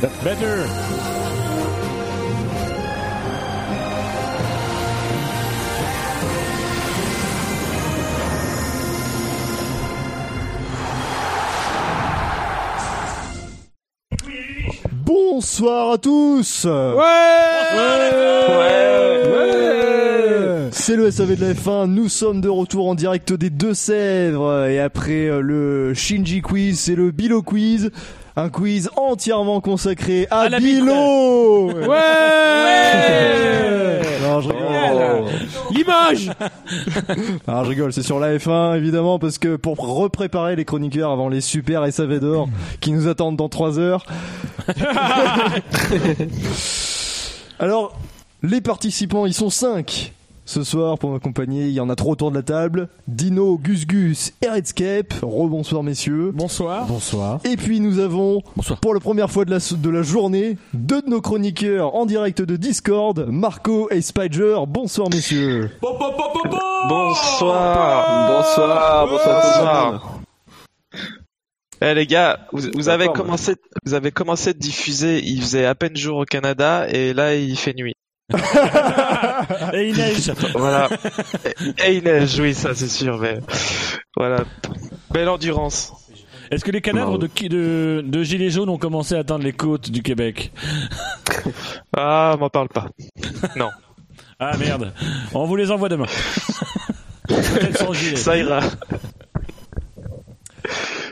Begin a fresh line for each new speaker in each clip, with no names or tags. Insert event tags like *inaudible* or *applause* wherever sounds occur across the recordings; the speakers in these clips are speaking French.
That's better.
Bonsoir à tous C'est le SAV de la F1, nous sommes de retour en direct des Deux-Sèvres et après euh, le Shinji Quiz, c'est le Bilo Quiz, un quiz entièrement consacré à,
À la
Bilo
Ouais
Non, je rigole.
Limoges
Alors Ah, je rigole, c'est sur la F1 évidemment parce que pour repréparer les chroniqueurs avant les super SAV d'or qui nous attendent dans 3 heures. Alors les participants, ils sont 5 ce soir pour m'accompagner, il y en a trop autour de la table. Dino, Gus Gus et Redscape. Rebonsoir messieurs.
Bonsoir.
Bonsoir.
Et puis nous avons
Bonsoir.
pour la première fois de la, de la journée deux de nos chroniqueurs en direct de Discord, Marco et Spider. Bonsoir messieurs.
Bonsoir, bonsoir, bonsoir, bonsoir. Eh les gars, vous, vous avez commencé, vous avez commencé de diffuser. Il faisait à peine jour au Canada et là il fait nuit.
Et il neige.
*laughs* Voilà. et, et il neige, oui, ça c'est sûr, mais voilà, belle endurance.
Est-ce que les cadavres de, qui- de, de gilets jaunes ont commencé à atteindre les côtes du Québec
Ah, m'en parle pas.
Ah merde. On vous les envoie demain. Peut-être sans gilet.
Ça ira.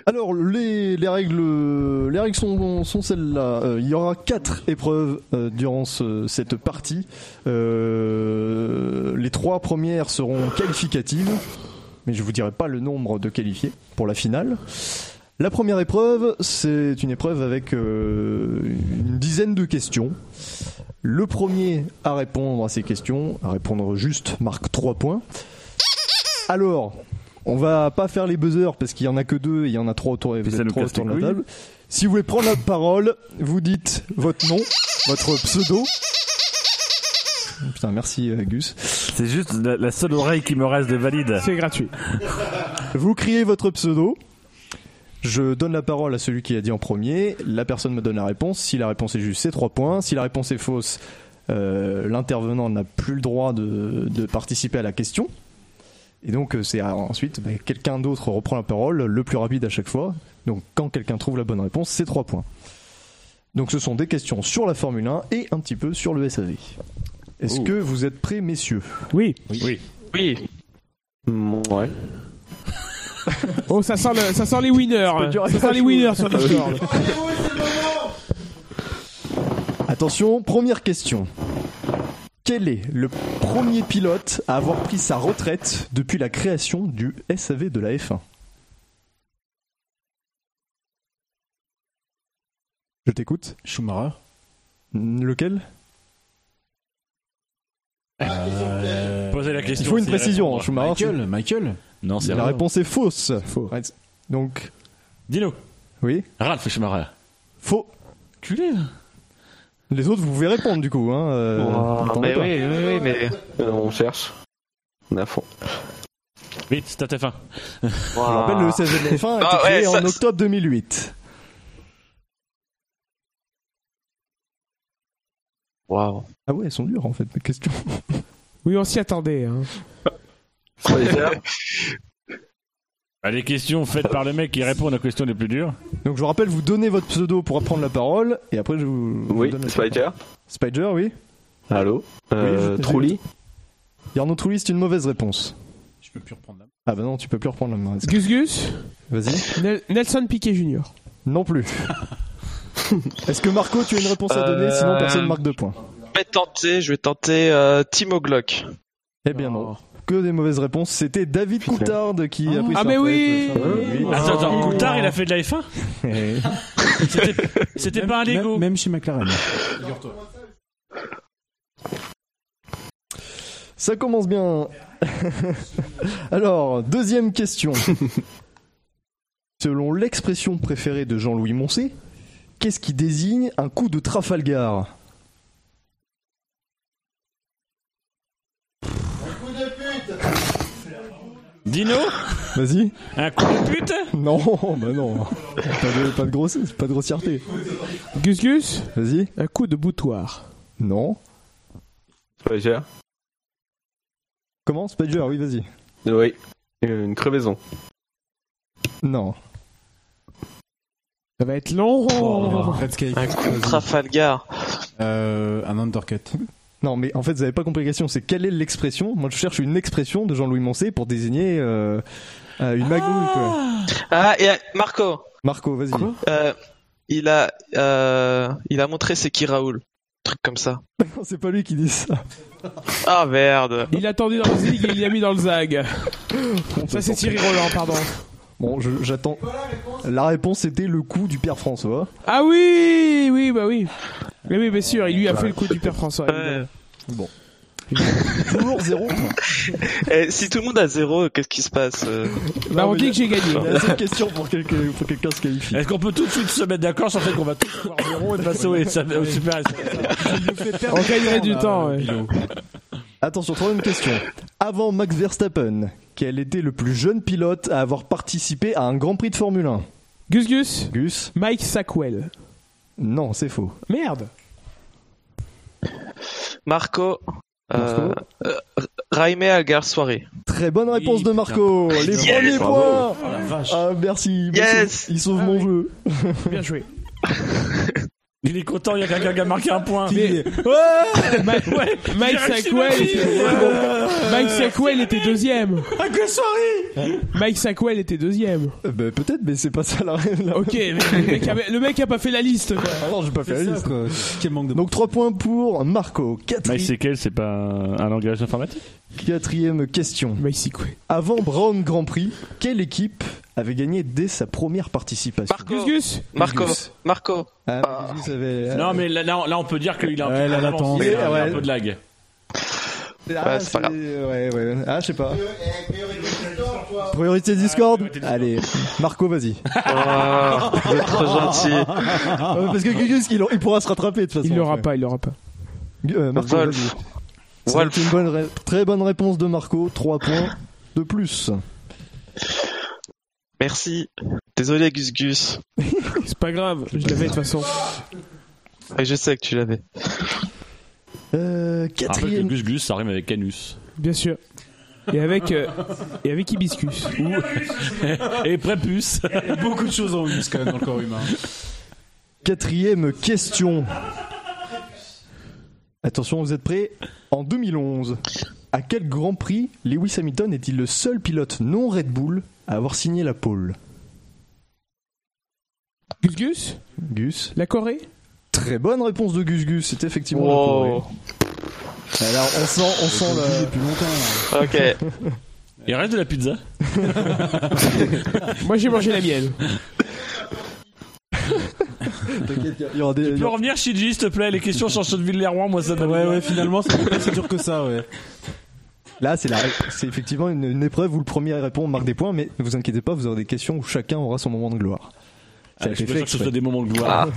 Alors les, les règles les règles sont, sont celles-là. Euh, il y aura quatre épreuves euh, durant ce- cette partie. Euh, les trois premières seront qualificatives, mais je vous dirai pas le nombre de qualifiés pour la finale. La première épreuve, c'est une épreuve avec euh, une dizaine de questions. Le premier à répondre à ces questions, à répondre juste, marque 3 points. Alors, on va pas faire les buzzers parce qu'il y en a que deux et il y en a trois autour, vous
ça
êtes
nous
trois
casse
autour de
les
la table. Si vous voulez prendre la parole, vous dites votre nom, votre pseudo. Putain, merci euh, Gus.
C'est juste la, la seule oreille qui me reste de valide.
C'est gratuit.
Vous criez votre pseudo. Je donne la parole à celui qui a dit en premier. La personne me donne la réponse. Si la réponse est juste, c'est 3 points. Si la réponse est fausse, euh, l'intervenant n'a plus le droit de, de participer à la question. Et donc, euh, c'est euh, ensuite bah, quelqu'un d'autre reprend la parole, le plus rapide à chaque fois. Donc, quand quelqu'un trouve la bonne réponse, c'est 3 points. Donc, ce sont des questions sur la Formule 1 et un petit peu sur le SAV. Est-ce que vous êtes prêts, messieurs
Oui.
Oui.
Ouais.
Oh, ça sent, le- ça sent les winners.
C'est pas dur à
Ça sent les
jouer.
winners sur Discord.
Attention, première question. Quel est le premier pilote à avoir pris sa retraite depuis la création du SAV de la F1 Je t'écoute.
Schumacher.
Mm, Lequel
Euh, Posez la question.
Il faut une
c'est
précision,
répondre.
Schumacher.
Michael. Michael.
Non, c'est
La
Ralph.
réponse est fausse.
Faux.
Ouais, c'est- Donc,
Dis-nous.
oui,
Ralph Schumacher.
faux.
Culé.
Les autres, vous pouvez répondre du coup. Hein, euh,
Ouah,
attendez
Mais
pas.
Ah, bah oui, oui, oui, mais
Euh, on cherche. On est à fond.
Vite, t'as ta fin.
Je vous rappelle, le SAV de la F1 a été
Ah ouais,
créé
ça-
en octobre 2008.
Waouh.
Ah ouais, elles sont dures en fait, mes questions.
Oui, on s'y attendait. hein.
Quoi déjà
Bah, les questions faites par le mec qui répond aux questions les plus dures.
Donc je vous rappelle, vous donnez votre pseudo pour prendre la parole, et après je vous. je vous
*laughs* Oui,
donne la parole.
Spider.
Spider, oui.
Allô
Oui,
euh,
je-
Trulli
Yarno Trulli, c'est une mauvaise réponse.
Je peux plus reprendre la
Ah bah non, tu peux plus reprendre la main.
Gus Gus.
Vas-y.
Nel- Nelson Piquet Jr.
Non
*laughs*
plus. Est-ce que Marco, tu as une réponse à donner Sinon,
Euh,
personne marque de points.
Je vais tenter, je vais tenter euh, Timo Glock.
Eh bien non. Que des mauvaises réponses. C'était David Coulthard qui a pris
Ah,
sa
mais
retraite,
oui
euh, Eh fin
Oh.
Attends,
2008.
attends. Coulthard, il a fait de la F1 C'était- C'était pas un Lego.
Même chez McLaren.
Ça commence bien. *laughs* Alors, deuxième question. Selon l'expression préférée de Jean-Louis Moncé, qu'est-ce qui désigne un coup de Trafalgar
Dino
Vas-y.
Un coup de pute
Non, bah non. Pas de, pas de, grosse- pas de grossièreté.
Gus Gus,
Vas-y.
un coup de boutoir.
Non.
Stagiaire
Comment Spider, oui, vas-y.
Oui. Euh, Une crevaison.
Non.
Ça va être long. Oh.
Redscape.
Un coup de
Vas-y.
Trafalgar.
Euh, un undercut.
Non, mais en fait, vous avez pas compris la question. C'est quelle est l'expression Moi, je cherche une expression de Jean-Louis Moncé pour désigner euh, euh, une magouille, quoi.
Ah, et euh, Marco,
Marco, vas-y.
euh, il a, euh, il a montré c'est qui Raoul. Truc comme ça.
*laughs* Non, C'est pas lui qui dit ça.
Ah merde.
Il a tendu dans le zig et il l'a mis dans le zag. Ça, c'est Thierry Roland, pardon.
Bon, je- j'attends. La réponse était le coup du Père François.
Ah oui, oui, bah oui. Mais oui, bien sûr, il lui a fait le coup du père François.
Ouais.
Toujours zéro. point.
Et si tout le monde a zéro, qu'est-ce qui se passe euh
Bah, on dit que j'ai gagné.
La seule question pour quelqu'un pour quelqu'un se qualifie.
Est-ce qu'on peut tout de suite se mettre d'accord sur le fait qu'on va tous voir zéro et passer au, au super
On gagnerait du
Ah,
temps, ouais.
Attention, troisième question. Avant Max Verstappen, quel était le plus jeune pilote à avoir participé à un Grand Prix de Formule 1
Gus Gus,
Gus
Mike Sackwell.
Non, c'est faux.
Merde.
Marco. Euh,
Marco
euh, Raimé Algar soirée.
Très bonne réponse
Oui,
de Marco. Les
Yes,
premiers
bravo.
points.
Oh,
ah merci.
Yes.
Il sauve
Ah
mon
oui.
jeu.
Bien *laughs* joué.
Il est content, il y a quelqu'un qui a marqué un point.
Mais- Mike, Mike Sackwell. Mike Sackwell était deuxième.
Ah, que sorry
Mike Sackwell était deuxième.
Euh, bah, peut-être, mais c'est pas ça la la-
Ok, mais le mec, *laughs* a, le mec a pas fait la liste. Quoi.
Ah non, j'ai pas fait la
C'est ça,
liste.
quoi. Quel manque de.
Donc 3 points pour Marco. Quatri-
Mais c'est quel C'est pas un, un langage informatique
Quatrième question.
Mike Sackwell.
Avant Brown Grand Prix, quelle équipe avait gagné dès sa première participation
Gus
Marco.
Gus,
Marco. Marco.
Ah, mais vous savez,
Non, mais là, là, là, on peut dire qu'il a un,
Ouais,
peu
là,
en avance,
l'attente.
il a un
Ouais.
peu de lag.
Ah,
c'est pas grave.
Ouais, ouais. Ah, je sais pas. Ah, Priorité Discord Allez, Marco, vas-y.
Oh, vous êtes trop gentil.
Euh, parce que Gugus, il, il pourra se rattraper de toute façon.
Ah. il l'aura pas, il l'aura pas.
Euh, Marco, vas-y.
Wolf.
C'est
Wolf.
une bonne ré- très bonne réponse de Marco. 3 points de plus.
Merci. Désolé Gus Gus.
C'est pas grave, je l'avais de toute façon.
Ah, Je sais que tu l'avais.
Euh,
Ah,
Rappelle que
quatrième.
Gus Gus, ça rime avec Canus.
Bien sûr. Et avec, euh, et avec Hibiscus.
*laughs* Et prépuce
Beaucoup de choses en une, quand même, dans le corps *laughs* humain.
Quatrième question. Attention, vous êtes prêts En 2011, à quel Grand Prix Lewis Hamilton est-il le seul pilote non Red Bull à avoir signé la pole
Gus Gus
Gus
La Corée
Très bonne réponse de Gus Gus, c'est effectivement la
Wow.
Corée. Alors, on sent,
*laughs*
on sent la...
Depuis longtemps. là.
Ok.
Il reste de la pizza
Moi j'ai mangé la mienne.
T'inquiète, il y aura des...
Tu
il y
peux
aura-
revenir, Shiji, s'il te plaît Les questions sur Chaudeville-les-Rouen, moi ça
Ouais,
me...
ouais, finalement, c'est pas si dur que ça, ouais.
Là, c'est la... c'est effectivement une, une épreuve où le premier répond marque des points, mais ne vous inquiétez pas, vous aurez des questions où chacun aura son moment de gloire. Ça a
Ah, Je
été
suis pas
fait
sûr que ce
exprès.
soit des moments de gloire.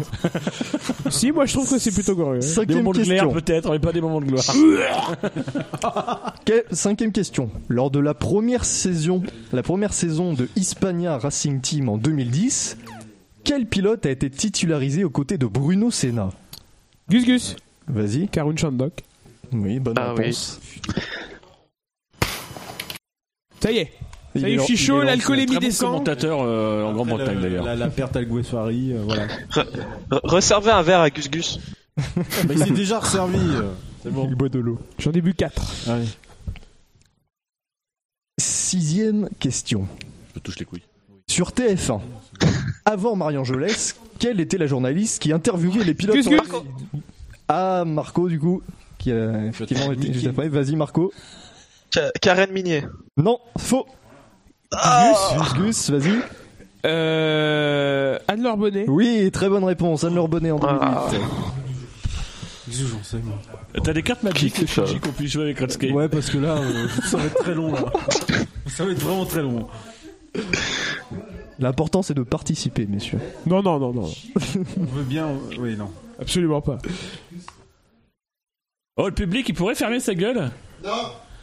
si, moi je trouve que c'est plutôt glorieux.
Des
Cinquième
moments de
question.
glaire peut-être, mais pas des moments de gloire.
Que- Cinquième question. Lors de la première saison, la première saison de Hispania Racing Team en 2010, quel pilote a été titularisé aux côtés de Bruno Senna
Gus Gus
Vas-y.
Karun Chandok.
Oui, bonne
Ah
réponse.
Ça y est,
Il
ça
est
y est, je
lent-
suis
il est
chaud,
lent.
l'alcoolémie
Très bon
descend.
commentateur euh, en Grande-Bretagne
La-
d'ailleurs.
La, la perte al Gouessouari, euh, voilà.
Re- Resservez un verre à Gus Gus.
*laughs* Bah, il s'est déjà resservi. euh. C'est bon. Il boit de l'eau.
J'en ai bu 4.
Allez.
Sixième question.
Je touche les couilles.
Sur TF1, *laughs* avant Marion Jolès, quelle était la journaliste qui interviewait les pilotes
Gus
sur-
Gus
Ah, Marco, du coup, qui a effectivement été juste après. Vas-y, Marco.
Ka- Karen Minier.
Non, faux. Gus, Gus, vas-y.
Euh, Anne-Laure Bonnet.
Oui, très bonne réponse. Anne-Laure Bonnet en 2008.
Ah.
Bisous, j'en sais, moi.
T'as des cartes magiques,
Qu'est-ce que c'est ça
Shiji, qu'on puisse jouer avec Redscape
Ouais, parce que là, euh, ça va être très long, là. *laughs* Ça va être vraiment très long.
L'important c'est de participer, messieurs.
Non, non, non, non.
On veut bien. euh, Oui, non.
Absolument pas.
Oh, le public, il pourrait fermer sa gueule Non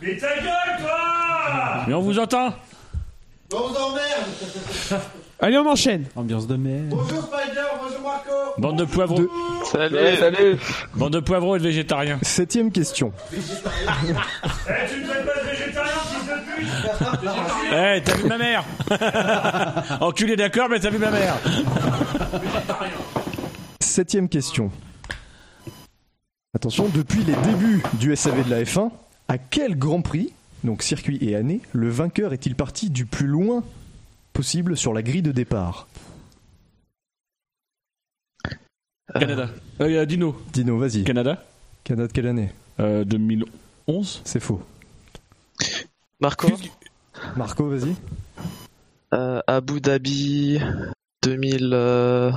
Mais ta gueule, toi Mais on vous entend
Allez, on enchaîne.
Ambiance de merde.
Bande de poivrons.
De-
Salut.
Eh, salut
Bande de poivrons et de végétariens.
Septième question.
Eh, t'as vu ma mère *laughs* Enculé, d'accord, mais t'as vu ma mère
Septième question. Attention, depuis les débuts du SAV de la F1, à quel Grand Prix, donc circuit et année, le vainqueur est-il parti du plus loin possible sur la grille de départ
Canada. Euh, Dino.
Dino, vas-y.
Canada
Canada de quelle année
euh, 2011
C'est faux.
Marco,
Marco, vas-y.
euh, Abu Dhabi 2000, euh,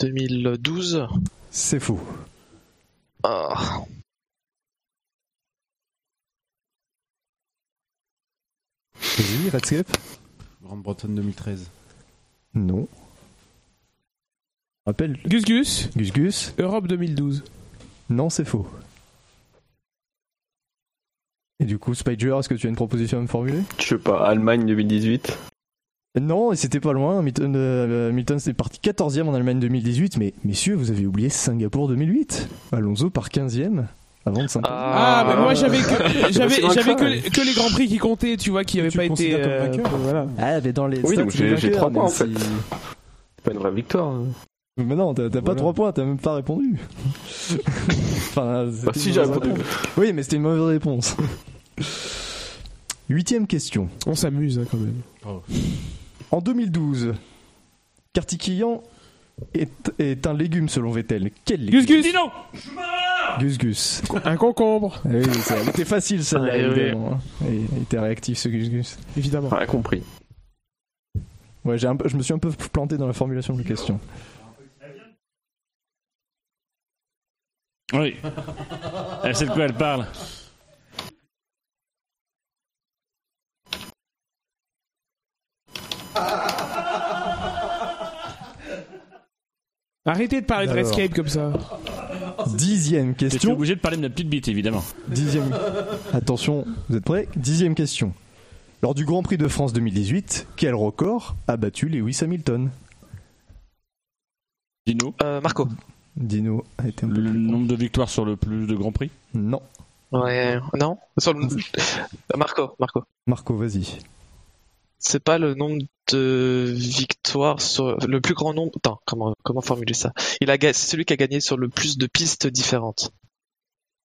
2012.
C'est faux.
Ah.
Vas-y, Redscape
Grande-Bretagne 2013.
Non. Rappel
Gus Gus,
Gus Gus
Europe 2012.
Non, c'est faux. Et du coup, Spider, est-ce que tu as une proposition à me formuler
Je sais pas, Allemagne 2018.
Non, et c'était pas loin. Milton, euh, Milton c'est parti 14e en Allemagne 2018, mais messieurs, vous avez oublié Singapour 2008. Alonso par 15e avant de s'imposer.
Ah, bah moi j'avais que, j'avais,
c'est dans le
j'avais
crâne.
que, les- que les grands prix qui comptaient, tu vois, qui n'avaient
tu
pas
le
été. euh,
considères comme vainqueur
voilà.
Ah, mais dans les
Oui,
stats,
donc
il est
j'ai- j'ai
vainqueur,
trois points,
même
en fait.
si-
C'est pas une vraie victoire. hein.
Mais non, t'as t'as pas
Voilà.
trois points, t'as même pas *laughs* répondu. enfin, c'était
Bah,
une
si, j'ai
mauvaise
répondu.
réponse. Oui, mais c'était une mauvaise réponse. Huitième question.
On s'amuse hein, quand même.
En 2012, Kartikian est, est un légume selon Vettel. Quel légume
Gus Gus,
Dino
Gus Gus.
un concombre,
Ah oui, ça elle était facile ça,
Ah, oui, oui.
évidemment. hein. Et- Il était réactif ce Gus Gus.
évidemment.
Rien compris.
Ouais, j'ai un peu- je me suis un peu planté dans la formulation de la question.
Oui. Elle sait de quoi elle parle.
Arrêtez de parler de
Alors.
Rescape comme ça.
Dixième
J'étais
question.
obligé de parler de ma petite bite, évidemment.
Dixième. Attention, vous êtes prêts Dixième question. Lors du Grand Prix de France 2018, quel record a battu Lewis Hamilton
Dino,
Euh, Marco.
Dino a été un peu
le
plus long.
nombre de victoires sur le plus de Grands Prix
Non.
Ouais. Non. Sur
*laughs*
le- Marco. Marco.
Marco, vas-y.
C'est pas le nombre de victoires sur le plus grand nombre. Attends, comment comment formuler ça Il a ga- c'est celui qui a gagné sur le plus de pistes différentes.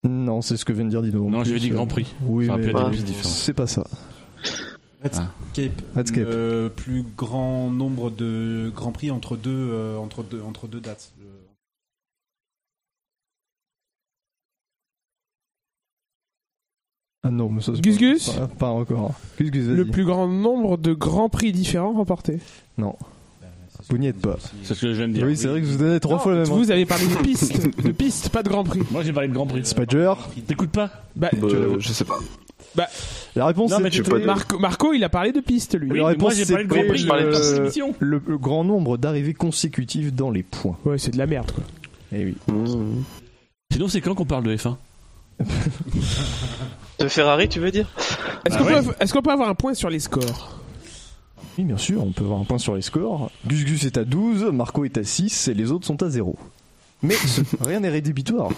Non, c'est ce que vient de dire Dino. En
Non,
plus,
j'avais dit
euh,
Grand Prix.
Oui,
Ça aurait
mais
pu être
des
euh,
pistes différentes.
c'est pas ça.
Cape.
Redscape.
Le plus grand nombre de grands prix entre deux, euh, entre deux, entre deux dates. Euh,
Ah non, mais ça c'est
Gus
pas-
Gus
pas, pas encore. Gus Gus, vas-y.
Le plus grand nombre de grands prix différents remportés.
Vous n'y êtes pas.
C'est ce que je viens de dire.
Oui, c'est vrai que je vous donnais trois
Non,
fois la même.
Vous avez parlé de pistes, de pistes, pas de grands prix.
Moi, j'ai parlé de Grand Prix.
Badger.
T'écoutes pas
Bah,
Bah,
Tu l'as-
je sais pas.
La réponse
Non, mais
c'était
tu peux pas
Marco, Marco, il a parlé de pistes
Oui,
lui. Euh,
la
mais moi,
réponse,
j'ai parlé de
c'était
Grand Prix,
le-
je parlais de
le-
transmission.
le, le grand nombre d'arrivées consécutives dans les points.
Ouais, c'est de la merde quoi.
Eh oui.
Mmh.
Sinon, c'est quand qu'on parle de F1
De Ferrari, tu veux dire
Ah
Est-ce qu'on peut, est-ce qu'on peut avoir un point sur les scores
Oui, bien sûr, on peut avoir un point sur les scores. Gus Gus est à 12, Marco est à 6 et les autres sont à 0. Mais ce- *laughs* rien n'est rédhibitoire.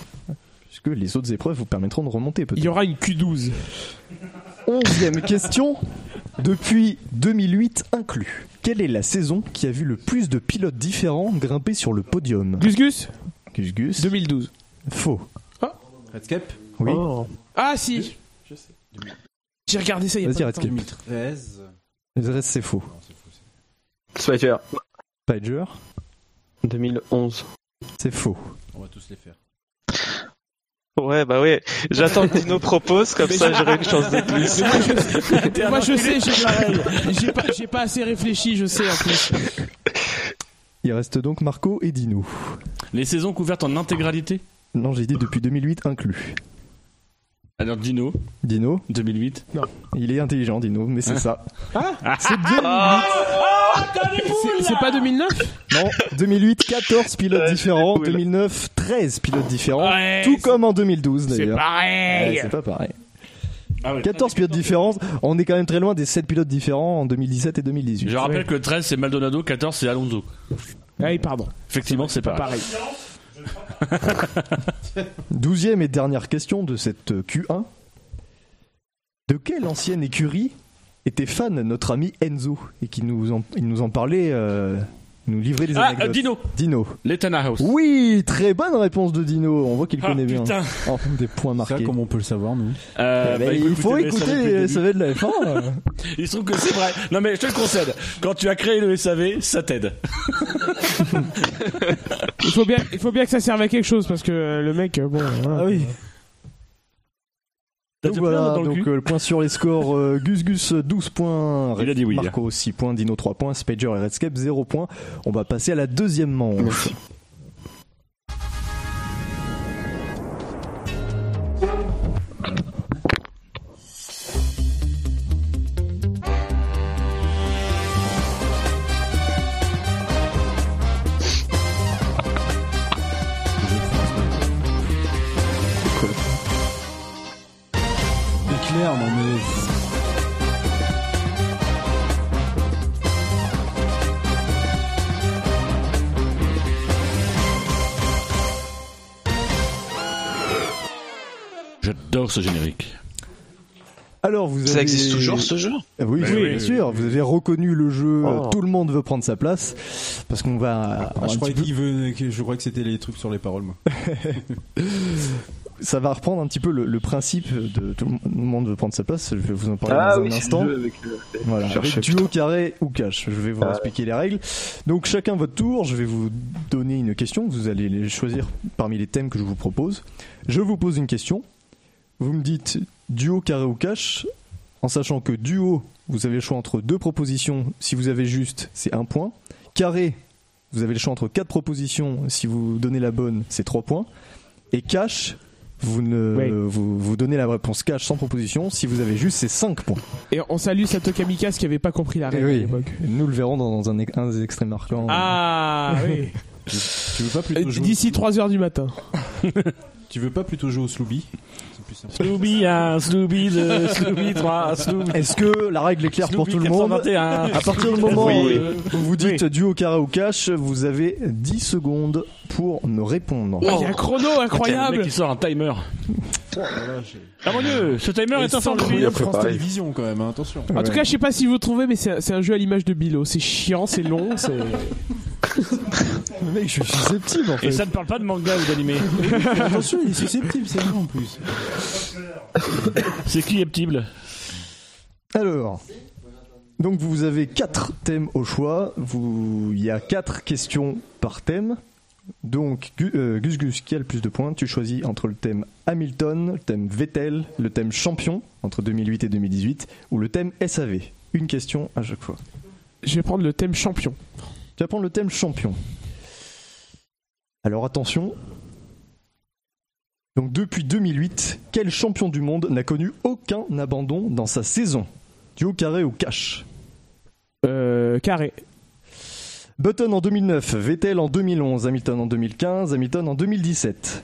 Puisque les autres épreuves vous permettront de remonter
Il
peut-être.
y aura une Q12.
Onzième question. Depuis 2008 inclus, quelle est la saison qui a vu le plus de pilotes différents grimper sur le podium
Gus Gus
Gus Gus.
2012.
Faux.
Redscape
Oui.
Oh.
Ah si. J'ai regardé ça il y a
Vas-y,
pas longtemps.
Redscape.
2013.
Le reste, c'est faux.
Non, c'est fou, c'est-
Spider,
Pager,
2011.
c'est faux.
On va tous les faire.
Ouais, bah oui. J'attends que Dino propose, comme ça j'aurai une chance de plus.
Moi je sais, j'ai *laughs* j'ai pas, j'ai pas assez réfléchi, je sais en plus.
Il reste donc Marco et Dino.
Les saisons couvertes en intégralité
Non, j'ai dit depuis 2008 inclus.
Alors, Dino,
Dino,
2008.
il est intelligent, Dino, mais c'est ça.
Ah. C'est- C'est pas 2009
Non, 2008, 14 pilotes différents.
cool.
2009, 13 pilotes différents.
Ouais,
tout
c'est-
comme en 2012
C'est
d'ailleurs. Ouais,
pareil.
C'est pas pareil.
Ah oui.
14 pilotes différents. On est quand même très loin des 7 pilotes différents en 2017 et 2018.
Je rappelle que le 13 c'est Maldonado, 14 c'est Alonso.
Ah oui, pardon.
Effectivement, c'est pas
Pareil.
Douzième et dernière question de cette euh, Q1. De quelle ancienne écurie était fan notre ami Enzo et qui nous en, il nous en parlait, euh, nous livrait des
Ah,
anecdotes.
euh, Dino,
Dino.
Letana House.
Oui, très bonne réponse de Dino. On voit qu'il
Ah,
connaît bien.
putain.
Oh, des points
Ça,
marqués.
comme on peut le savoir, nous.
Euh,
Eh ben,
bah,
il
écoutez,
faut
le SAV depuis
écouter
le
les
début.
SAV de la F1. euh.
Il se trouve que c'est vrai. Non mais je te le concède. Quand tu as créé le SAV, ça t'aide.
Il faut, bien, il faut bien que ça serve à quelque chose parce que euh, le mec, euh, bon. voilà.
Ah oui.
T'as
Donc
déjà plein
voilà,
dans le
donc
cul
euh, le point sur les scores euh, Gus Gus euh, 12 points,
Il a dit oui. hein.
Marco 6 points, Dino 3 points, Spager et Redscape 0 points. On va passer à la deuxième manche.
Éclair, non mais.
J'adore ce générique.
Alors vous avez
Ça existe toujours ce jeu
Ah Oui, oui,
oui,
bien
oui,
sûr, vous avez reconnu le jeu, euh,
Oh.
tout le monde veut prendre sa place parce qu'on va
Ah,
un
je,
petit
croyais
peu-
qu'il veut- que- je crois que c'était les trucs sur les paroles, moi.
ça va reprendre un petit peu le, le principe de tout le monde veut prendre sa place, je vais vous en
Ah
parler dans un instant.
euh,
Voilà,
Je cherchais,
avec duo, carré ou cash. Je vais vous expliquer les règles. Donc chacun votre tour, je vais vous donner une question. Vous allez les choisir parmi les thèmes que je vous propose. Je vous pose une question. Vous me dites duo, carré ou cash, en sachant que duo, vous avez le choix entre deux propositions. Si vous avez juste, c'est un point. Carré, vous avez le choix entre quatre propositions. Si vous donnez la bonne, c'est trois points. Et cash, vous, ne,
Oui.
vous, vous donnez la réponse cash sans proposition. Si vous avez juste, c'est cinq points.
Et on salue Sato Kamikaze qui avait pas compris la
Eh
règle
oui.
à l'époque.
Nous le verrons dans, dans un, ex- un des extraits marquants.
Ah oui.
Tu veux pas
Et
plutôt jouer,
D'ici 3h du matin.
tu veux pas plutôt jouer au Slooby C'est plus simple.
Slooby 1, Slooby 2, Slooby 3, Slooby.
*laughs* Est-ce que la règle est claire pour tout le monde À partir du moment
Oui.
où vous dites duo carré ou cash, vous avez 10 secondes pour me répondre.
Il y a un chrono
Incroyable. Le mec
incroyable.
qui sort un timer.
Voilà, j'ai-
Ah mon dieu, ce timer
Et
est
sans
insensible.
le
à
France
préparer.
Télévisions, quand même, hein, attention.
Ah,
En tout cas, je sais pas si vous trouvez, mais c'est un- c'est un jeu à l'image de Bilo. C'est chiant, c'est long,
*laughs*
c'est.
Mec, je suis susceptible en
Et ça ne parle pas de manga ou d'animé.
attention, il est susceptible, c'est bon en plus.
C'est cliptible.
Alors. Donc vous avez 4 thèmes au choix. Vous... Il y a 4 questions par thème. Donc Gu- euh, Gus Gus, qui a le plus de points Tu choisis entre le thème Hamilton, le thème Vettel, le thème champion entre 2008 et 2018 ou le thème SAV. Une question à chaque fois.
Je vais prendre le thème champion.
Tu vas prendre le thème champion. Alors attention. Donc depuis 2008, quel champion du monde n'a connu aucun abandon dans sa saison Du haut carré au cash
Euh, carré.
Button en 2009, Vettel en 2011, Hamilton en 2015, Hamilton en 2017.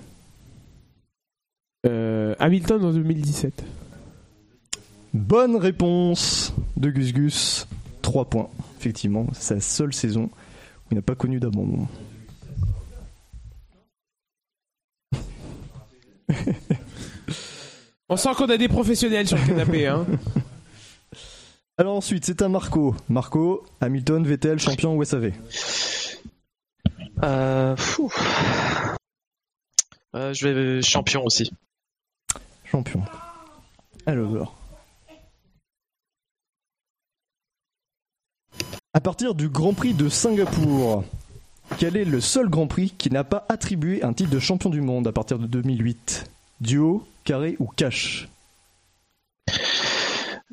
Euh, Hamilton en 2017.
Bonne réponse de Gus Gus. 3 points. Effectivement, c'est la seule saison où il n'a pas connu d'abandon.
On sent qu'on a des professionnels sur le canapé, hein.
Alors ensuite, c'est à Marco. Marco, Hamilton, Vettel, champion ou SAV
Euh, fou. Euh, je vais champion aussi.
Champion. Alors. À partir du Grand Prix de Singapour, quel est le seul Grand Prix qui n'a pas attribué un titre de champion du monde à partir de 2008 Duo, carré ou cash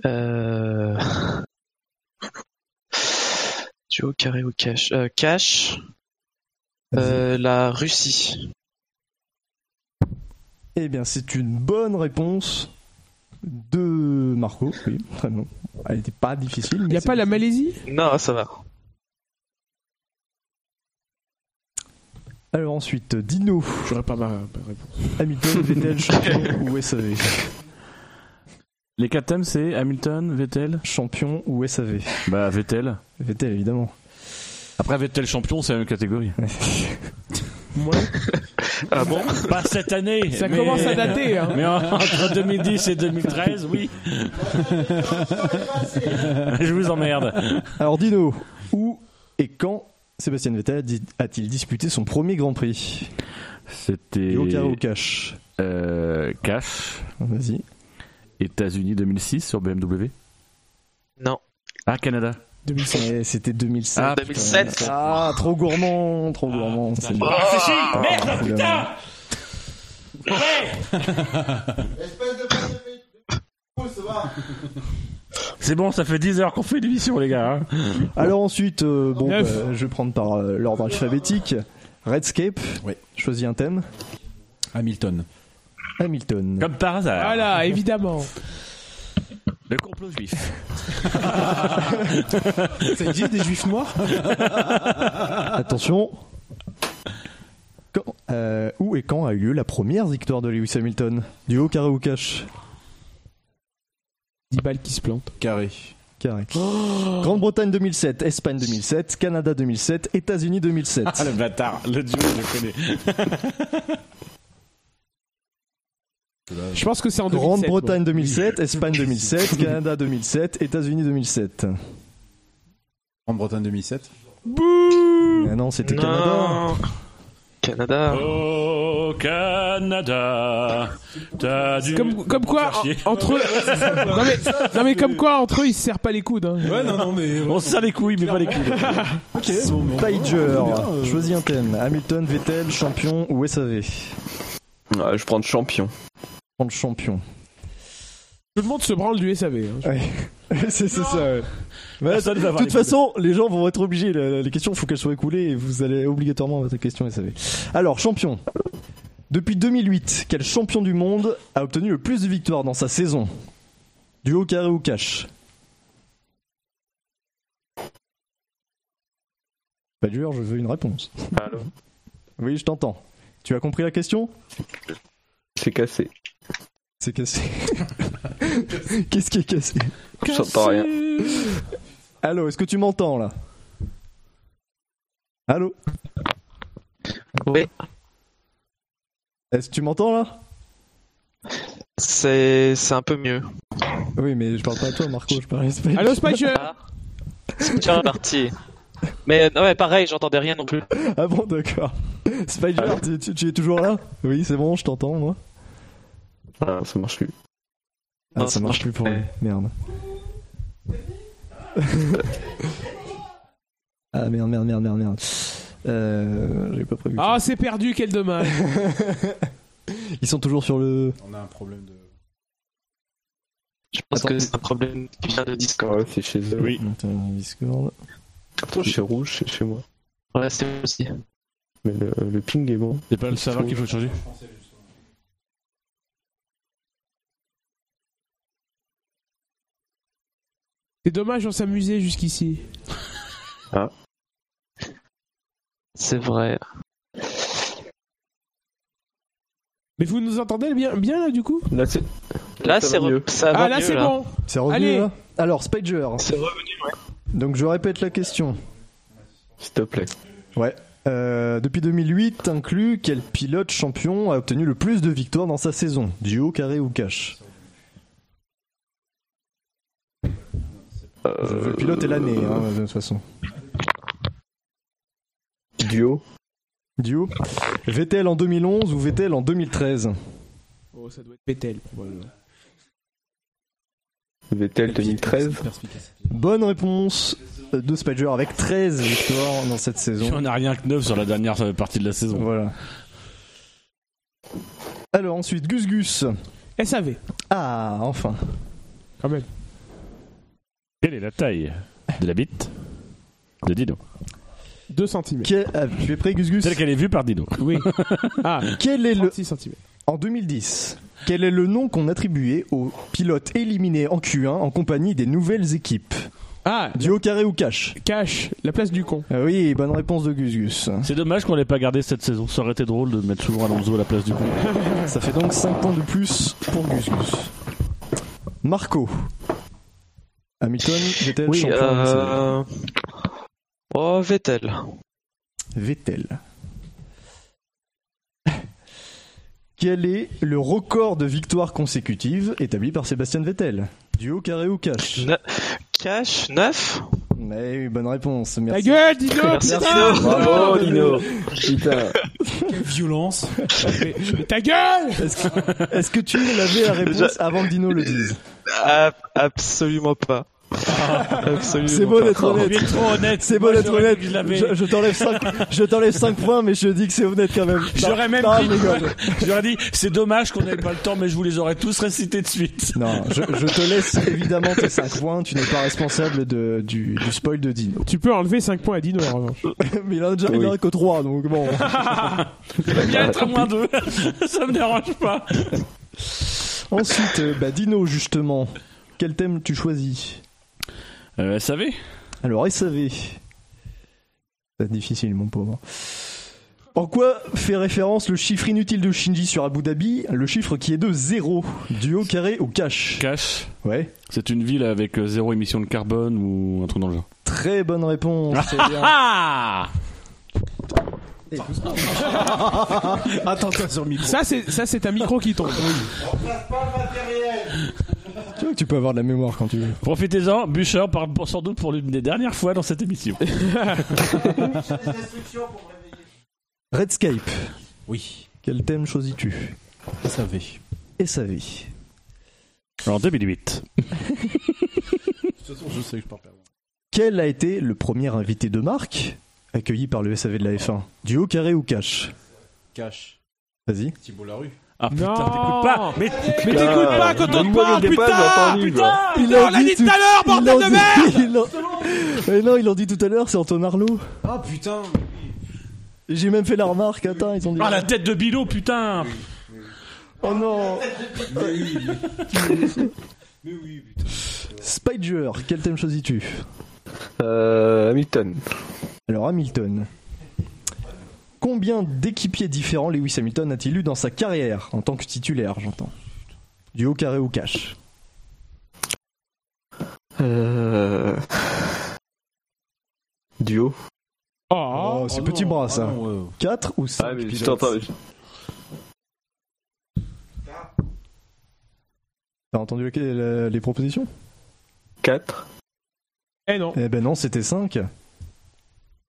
Euh... Duo carré ou cash euh, Cash. Euh, la Russie.
Eh bien, c'est une bonne réponse de Marco. Oui, très bon. Elle n'était pas difficile.
*laughs* Il
mais
a
c'est-
pas la Malaisie
Non, ça va.
Alors ensuite, Dino,
J'aurais pas ma ma réponse. *laughs*
Hamilton, Vettel, champion ou SAV
Les quatre thèmes, c'est Hamilton, Vettel.
Champion ou SAV
Bah, Vettel.
Vettel, évidemment.
Après, Vettel champion, c'est la même catégorie.
Moi,
Ah bon
Pas cette année.
ça
mais-
commence à
*laughs*
dater. Hein.
Mais en- entre 2010 et 2013,
*laughs*
oui. Je vous emmerde.
Alors Dino, où et quand Sébastien Vettel a dit- a-t-il disputé son premier Grand Prix
C'était.
Et au carré ou au cash
euh, Cash,
Vas-y.
États-Unis 2006 sur BMW.
Non.
Ah, Canada.
Eh, C'était 2007.
Ah,
2007.
Ah, trop gourmand, trop gourmand. c'est bon.
Réfléchis
Ah,
Merde, putain C'est bon, ça fait 10 heures qu'on fait l'émission, les gars. hein.
Alors ensuite, euh, bon,
Neuf.
bah, je vais prendre par euh, l'ordre alphabétique. Redscape,
Oui.
choisis un thème.
Hamilton.
Hamilton.
Comme par hasard.
Voilà, évidemment.
Le complot juif.
Ça existe des juifs noirs
*laughs* Attention. Quand- euh, où et quand a eu lieu la première victoire de Lewis Hamilton Du haut carré ou cash
10 balles qui se plantent.
Carré.
Carré. Grande-Bretagne 2007, Espagne 2007, Canada 2007, États-Unis 2007.
Ah, le bâtard. Le duo, je le connais.
Je pense que c'est en 2007.
Grande-Bretagne 2007, Espagne 2007, Canada 2007, États-Unis 2007.
Grande-Bretagne 2007.
Ah non, c'était Canada.
Non. Canada.
Oh, Canada. T'as
moi.
dû...
Comme, comme quoi,
Faire chier.
en- entre eux. *laughs* non, mais, non, mais comme quoi, entre eux, ils se serrent pas les coudes. hein.
Ouais, Ah, non, non, mais. Oh,
On se sert les couilles, mais pas les couilles.
Ok, bon, bon.
Tiger,
bien, euh.
choisis un thème. Hamilton, Vettel, champion ou SAV
Ah, je prends de champion.
Prendre champion.
Tout le monde se branle du SAV. hein.
c'est c'est ça, ouais. Ouais,
Personne Euh, va
de
avoir
toute
les
façon, les gens vont être obligés. la- la- Les questions, il faut qu'elles soient écoulées et vous allez obligatoirement avoir des questions SAV. Alors, champion. Depuis 2008, quel champion du monde a obtenu le plus de victoires dans sa saison Du haut carré ou cash Pas dur, Bah, je veux une réponse.
Allô
Oui, je t'entends. Tu as compris la question
C'est cassé.
C'est cassé. Qu'est-ce qui est cassé
J'entends rien.
Allô, est-ce que tu m'entends là Allô
Oui.
Est-ce que tu m'entends là
C'est c'est un peu mieux.
Oui, mais je parle pas à toi, Marco, je parle à Spike.
Allô, Spiker
C'est parti. Mais non, mais pareil, j'entendais rien non plus.
*laughs* Ah bon, d'accord. Spider, tu, tu- tu es toujours là Oui, c'est bon, je t'entends, moi.
Ah, ça marche plus.
Ah,
Non,
ça
ça
marche plus pour lui. Merde. *laughs* ah merde, merde, merde, merde, merde. Euh, J'ai pas prévu. ça.
Ah, c'est perdu, quel dommage.
*laughs* Ils sont toujours sur le.
oh. On a un problème de.
Je pense
Attends.
que c'est un problème qui vient de Discord.
Ouais, c'est chez eux.
Oui.
Attends, Discord.
Attends, chez Rouge, c'est chez moi.
Ouais, c'est aussi.
Mais le, le ping est bon.
C'est pas le serveur qu'il faut changer.
C'est dommage, on s'amusait jusqu'ici.
C'est vrai.
Mais vous nous entendez bien, bien là, du coup
Là, c'est.
Là,
ça
c'est
va
re-
mieux.
ça va
Ah, là,
mieux,
c'est bon.
C'est revenu
Allez.
là Alors, Spider.
C'est
Donc, je répète la question.
S'il te plaît.
Euh, depuis 2008 inclus, quel pilote champion a obtenu le plus de victoires dans sa saison Duo, carré ou cash Je veux Le pilote et l'année, hein, de toute façon.
Duo.
Duo Vettel en 2011 ou Vettel en 2013
Oh, ça doit être Pétel, probablement.
Vettel 2013.
Bonne réponse de Spider avec 13 victoires dans cette saison.
On n'a rien que neuf sur la dernière euh, partie de la saison.
Voilà. Alors ensuite, Gus Gus.
SAV,
Ah, enfin.
quand même.
Quelle est la taille de la bite de Dino
2 cm.
Que- ah, tu es prêt, Gus Gus
Celle qu'elle est vue par Dino.
Oui. Ah,
Quel est le
36 cm.
En 2010, quel est le nom qu'on attribuait aux pilotes éliminés en Q1 en compagnie des nouvelles équipes
Ah,
Du haut carré ou cash
cash, la place du con.
Ah Oui, bonne réponse de Gus Gus.
C'est dommage qu'on l'ait pas gardé cette saison. Ça aurait été drôle de mettre toujours Alonso à la place du coup.
Ça fait donc 5 points de plus pour Gus Gus. Marco. Hamilton, Vettel,
Oui,
champion.
euh... Oh, Vettel.
Vettel. *laughs* Quel est le record de victoires consécutives établi par Sébastien Vettel Duo, carré ou cash
Ne- Cash 9
Mais oui, bonne réponse,
Ta
merci.
gueule, Dino
Merci,
putain
Dino.
Bravo, Dino Putain
Quelle violence
Mais Ta gueule
Est-ce que, est-ce que tu avais la réponse avant que Dino le dise
Ab-
*laughs*
Absolument pas. Absolument
C'est beau
pas.
d'être
Il
honnête.
est trop honnête.
C'est beau
Moi,
d'être
Oh, j'aurais dit
honnête.
que Je
Je,
l'avais.
je t'enlève 5, je t'enlève cinq points, mais je dis que c'est honnête quand même.
*laughs*
Ah,
J'aurais même
non,
pris-
je rigole.
J'aurais dit, c'est dommage qu'on n'ait pas le temps, mais je vous les aurais tous récités de suite.
Non, je, je te laisse évidemment tes 5 points. Tu n'es pas responsable de, du, du spoil de Dino. *laughs*
Tu peux enlever 5 points à Dino en revanche.
Mais il en a déjà il en a que 3, donc bon.
Bien être à moins deux. Ça me dérange pas.
Ensuite, euh, bah, Dino, justement, quel thème tu choisis
Euh, SAV
Alors, SAV. C'est difficile, mon pauvre. En quoi fait référence le chiffre inutile de Shinji sur Abu Dhabi, le chiffre qui est de 0, duo carré ou cash
Cash.
Ouais.
C'est une ville avec euh, zéro émission de carbone ou un truc dans le genre.
Très bonne réponse. c'est
Ah
bien.
Ah
Attends, toi sur le
*laughs*
micro.
Ça, c'est, ça, c'est un micro qui tombe.
Tu vois que tu peux avoir de la mémoire quand tu veux.
Profitez-en, Bûcher parle pour- sans doute pour l'une des dernières fois dans cette émission.
Redscape,
Oui,
quel thème choisis-tu
SAV.
SAV.
En 2008.
De toute façon, je sais que je pars perdre.
Quel a été le premier invité de marque accueilli par le SAV de la F1 Duo carré ou cash
Cash,
Vas-y.
Thibault Larue.
Ah putain,
Non.
t'écoutes pas Mais
Mais t'écoutes pas quand on te
Moi,
parle,
je l'ai pas, j'ai
putain
entendu,
Putain
Il
Putain,
l'a
On l'a
dit
dit
tout-
tout à l'heure,
Ils l'ont
bordel de
dit-
merde
*laughs* ils l'ont- Mais non, ils l'ont dit tout à l'heure, c'est Antonin Arnaud.
Ah putain
J'ai même fait la remarque, attends, ils ont dit.
Ah la tête de Bilo, putain
Oh non
Mais oui Mais oui, putain.
Spider, quel thème choisis-tu
euh, Hamilton.
Alors Hamilton. Combien d'équipiers différents Lewis Hamilton a-t-il eu dans sa carrière En tant que titulaire, j'entends. Du haut carré ou cash
Euh... Duo.
Oh,
c'est
Oh
petit
non,
bras
ah
ça.
non, ouais.
4 ou 5
Ah, mais je t'entends. mais je-
T'as entendu lequel- la- les propositions
4.
Eh non
Eh ben non, c'était 5.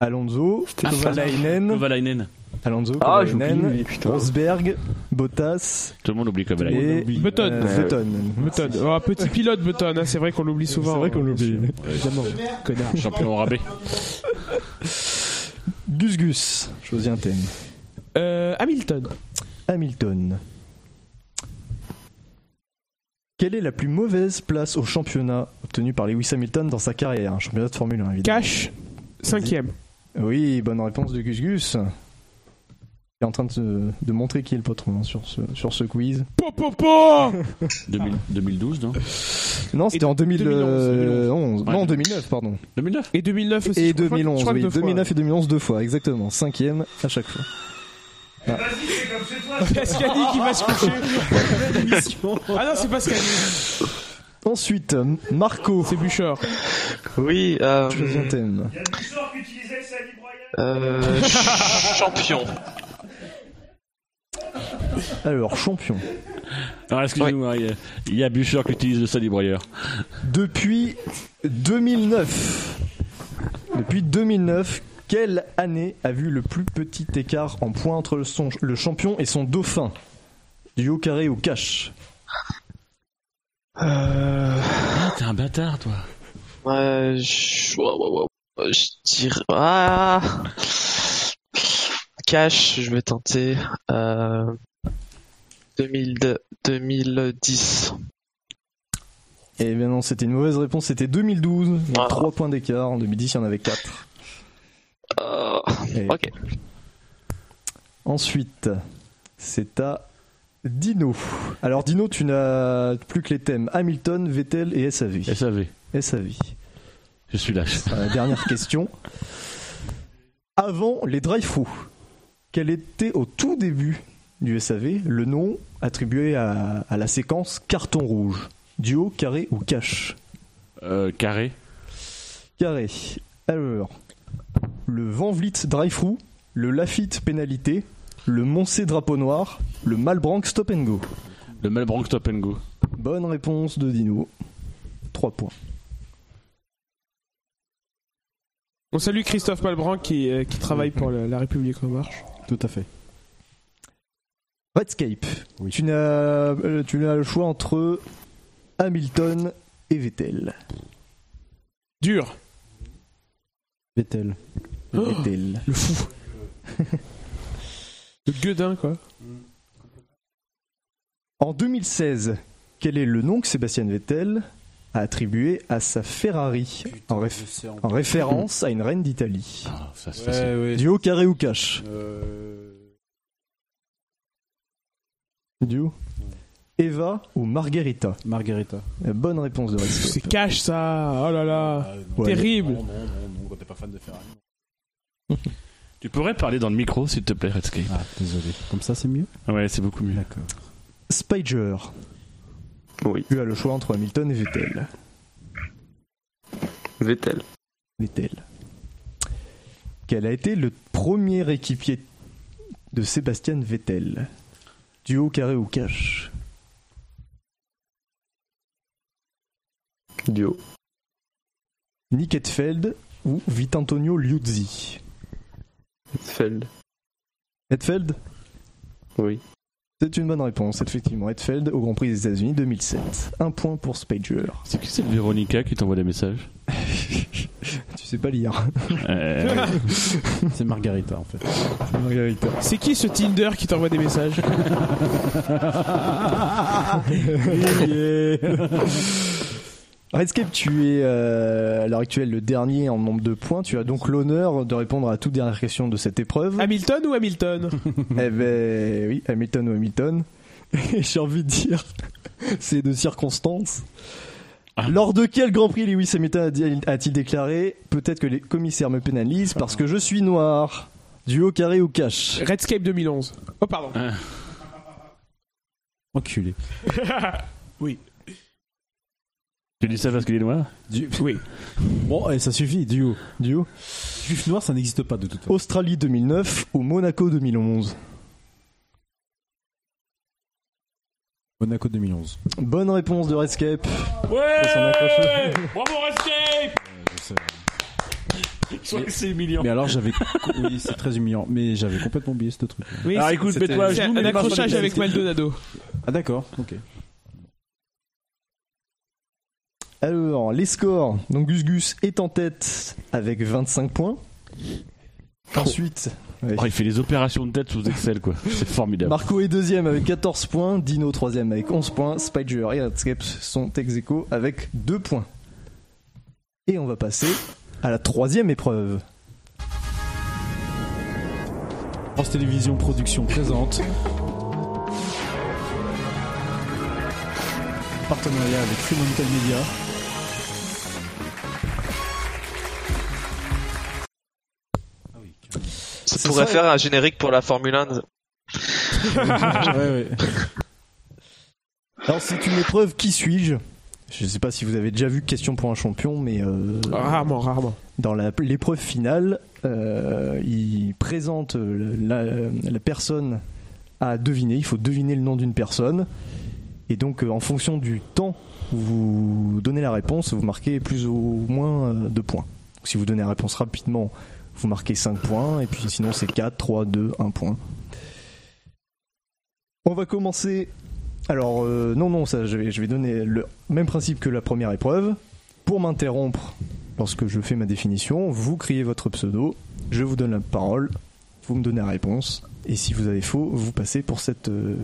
Alonso,
C'était
Kovalainen,
Kovalainen.
Alonso,
Ah, j'ai oublié
Kovalainen,
lui, putain.
Rosberg, Bottas
Tout le monde oublie hein. Kovalainen.
et
Button.
euh, Button.
Button. Oh, petit pilote Button, hein, c'est vrai qu'on l'oublie souvent.
C'est vrai qu'on l'oublie.
Connard.
Champion au rabais.
Gus Gus, choisis un thème.
Euh, Hamilton.
Hamilton. Quelle est la plus mauvaise place au championnat obtenue par Lewis Hamilton dans sa carrière Un championnat de Formule 1, évidemment.
Cash, cinquième.
Oui, bonne réponse de Gus Gus. Il est en train de, se- de montrer qui est le patron hein, sur, ce, sur ce quiz.
Po, po, po
2000 2012, non
Non, c'était en 2000,
2011,
euh, 11.
Ouais.
Non, 2009, pardon.
2009
Et 2009 aussi.
Et
je crois- je crois
2011,
que
oui.
deux fois. *laughs*
2009 et 2011 deux fois, exactement. Cinquième à chaque fois.
Pascani qui va se coucher. *laughs* ah non, c'est Pascani.
Ensuite, Marco.
C'est Bouchard.
Oui, euh,
Choisis un thème.
euh, *laughs* champion.
Alors, champion.
Alors excusez-moi, Ah, hein, il y a- il y a Bûcher qui utilise le salibroyeur.
Depuis 2009. Depuis 2009, quelle année a vu le plus petit écart en points entre le, son- le champion et son dauphin Du haut carré au cash
Ah, t'es un bâtard, toi.
Euh, Ouais, je... ouah, ouah, ouah, je dirais... Ah Cash, je vais tenter. Euh... 2002, 2010.
Eh bien non, c'était une mauvaise réponse, c'était 2012. Donc
Ah.
3 points d'écart, en 2010 il y en avait 4.
Euh, ok.
Ensuite, c'est à Dino. Alors Dino, tu n'as plus que les thèmes Hamilton, Vettel et SAV.
SAV.
SAV.
Je suis lâche.
Enfin, la Euh, dernière question. Avant les drive thru quel était au tout début du SAV le nom attribué à, à la séquence carton rouge Duo, carré ou cash
Euh, carré.
Carré. Alors, le Van Vliet Drive-Thru, le Lafitte Pénalité, le Moncé Drapeau Noir, le Malbranck Stop and Go.
Le Malbranck Top and Go.
Bonne réponse de Dino. 3 points.
On salue Christophe Malbran qui, euh, qui travaille pour le- la République En Marche.
Tout à fait. Redscape. Tu n'as euh, tu n'as le choix entre Hamilton et Vettel.
Dur,
Vettel. Vettel.
le fou. le gueudin, quoi.
En 2016, quel est le nom que Sébastien Vettel a attribué à sa Ferrari en, réf-
C'est
en référence à une reine d'Italie
Ah, ça c'est facile.
Ouais, ouais.
Duo carré ou cash
Euh,
Duo. Eva ou Margherita
Margarita.
Bonne réponse de
C'est
Redscape.
cash, ça. Oh là là.
Ah, non,
Ouais.
Terrible.
Non, non, non, non, quand t'es pas fan de Ferrari.
Tu pourrais parler dans le micro, s'il te plaît, Redscape.
Ah, désolé. Comme ça, c'est mieux
Ouais, c'est beaucoup mieux.
D'accord.
Spiger.
Oui.
Tu as le choix entre Hamilton et Vettel.
Vettel.
Vettel. Quel a été le premier équipier de Sébastien Vettel Duo carré ou cash
Duo.
Nick Hetfeld ou Vitantonio Liuzzi
Feld.
Hetfeld
Oui.
C'est une bonne réponse, effectivement. Hetfeld au Grand Prix des États-Unis 2007. Un point pour Spager.
C'est qui cette Véronica qui t'envoie des messages
*laughs* Tu sais pas lire.
*laughs* Euh,
C'est Margarita, en fait.
Margarita.
C'est qui ce Tinder qui t'envoie des messages
*laughs* Redscape, tu es euh, à l'heure actuelle le dernier en nombre de points. Tu as donc l'honneur de répondre à la toute dernière question de cette épreuve.
Hamilton ou Hamilton
Eh ben oui, Hamilton ou Hamilton. Et J'ai envie de dire, *laughs* c'est de circonstance.
Ah.
Lors de quel Grand Prix Lewis Hamilton a dit- a-t-il déclaré Peut-être que les commissaires me pénalisent parce que je suis noir. Duo carré ou cash
Redscape 2011. Oh, pardon.
Enculé.
tu dis ça parce qu'il est noir
Oui.
Bon, et ça suffit, duo.
Duo
Juif noir, ça n'existe pas de toute façon.
Australie 2009 ou Monaco 2011
Monaco 2011.
Bonne réponse de Redscape.
Ouais
Ça s'en accroche.
Bravo Redscape
Je sais.
Je crois que c'est humiliant.
Mais alors, *laughs* j'avais. oui, c'est très humiliant. Mais j'avais complètement oublié ce truc.
oui
Alors
c'est-
écoute,
c'était-
mets-toi à
c'est
genoux,
un
mais marche pas
accrochage
des
avec Maldonado.
Ah, d'accord, ok.
Alors, les scores. Donc, Gus Gus est en tête avec 25 points. Ensuite,
Oh, il fait les opérations de tête sous Excel, quoi. C'est formidable.
Marco est deuxième avec 14 points. Dino troisième avec 11 points. Spider et Redscape sont ex aequo avec 2 points. Et on va passer à la troisième épreuve.
France Télévisions Production présente. Partenariat avec Fremantle Media.
Ça
C'est
pourrait
ça, hein.
faire un générique pour la Formule 1.
ouais, ouais.
Alors, c'est une épreuve qui suis-je Je ne sais pas si vous avez déjà vu Question pour un champion, mais euh,
Rarement, rarement.
dans la- l'épreuve finale, euh, il présente euh, la, la personne à deviner. Il faut deviner le nom d'une personne. Et donc, euh, en fonction du temps où vous donnez la réponse, vous marquez plus ou moins euh, de points. Donc, si vous donnez la réponse rapidement, vous marquez 5 points. Et puis, sinon, c'est 4, 3, 2, 1 point. On va commencer. Alors, euh, non, non, ça, je vais, je vais donner le même principe que la première épreuve. Pour m'interrompre, lorsque je fais ma définition, vous criez votre pseudo, je vous donne la parole, vous me donnez la réponse, et si vous avez faux, vous passez pour cette, euh,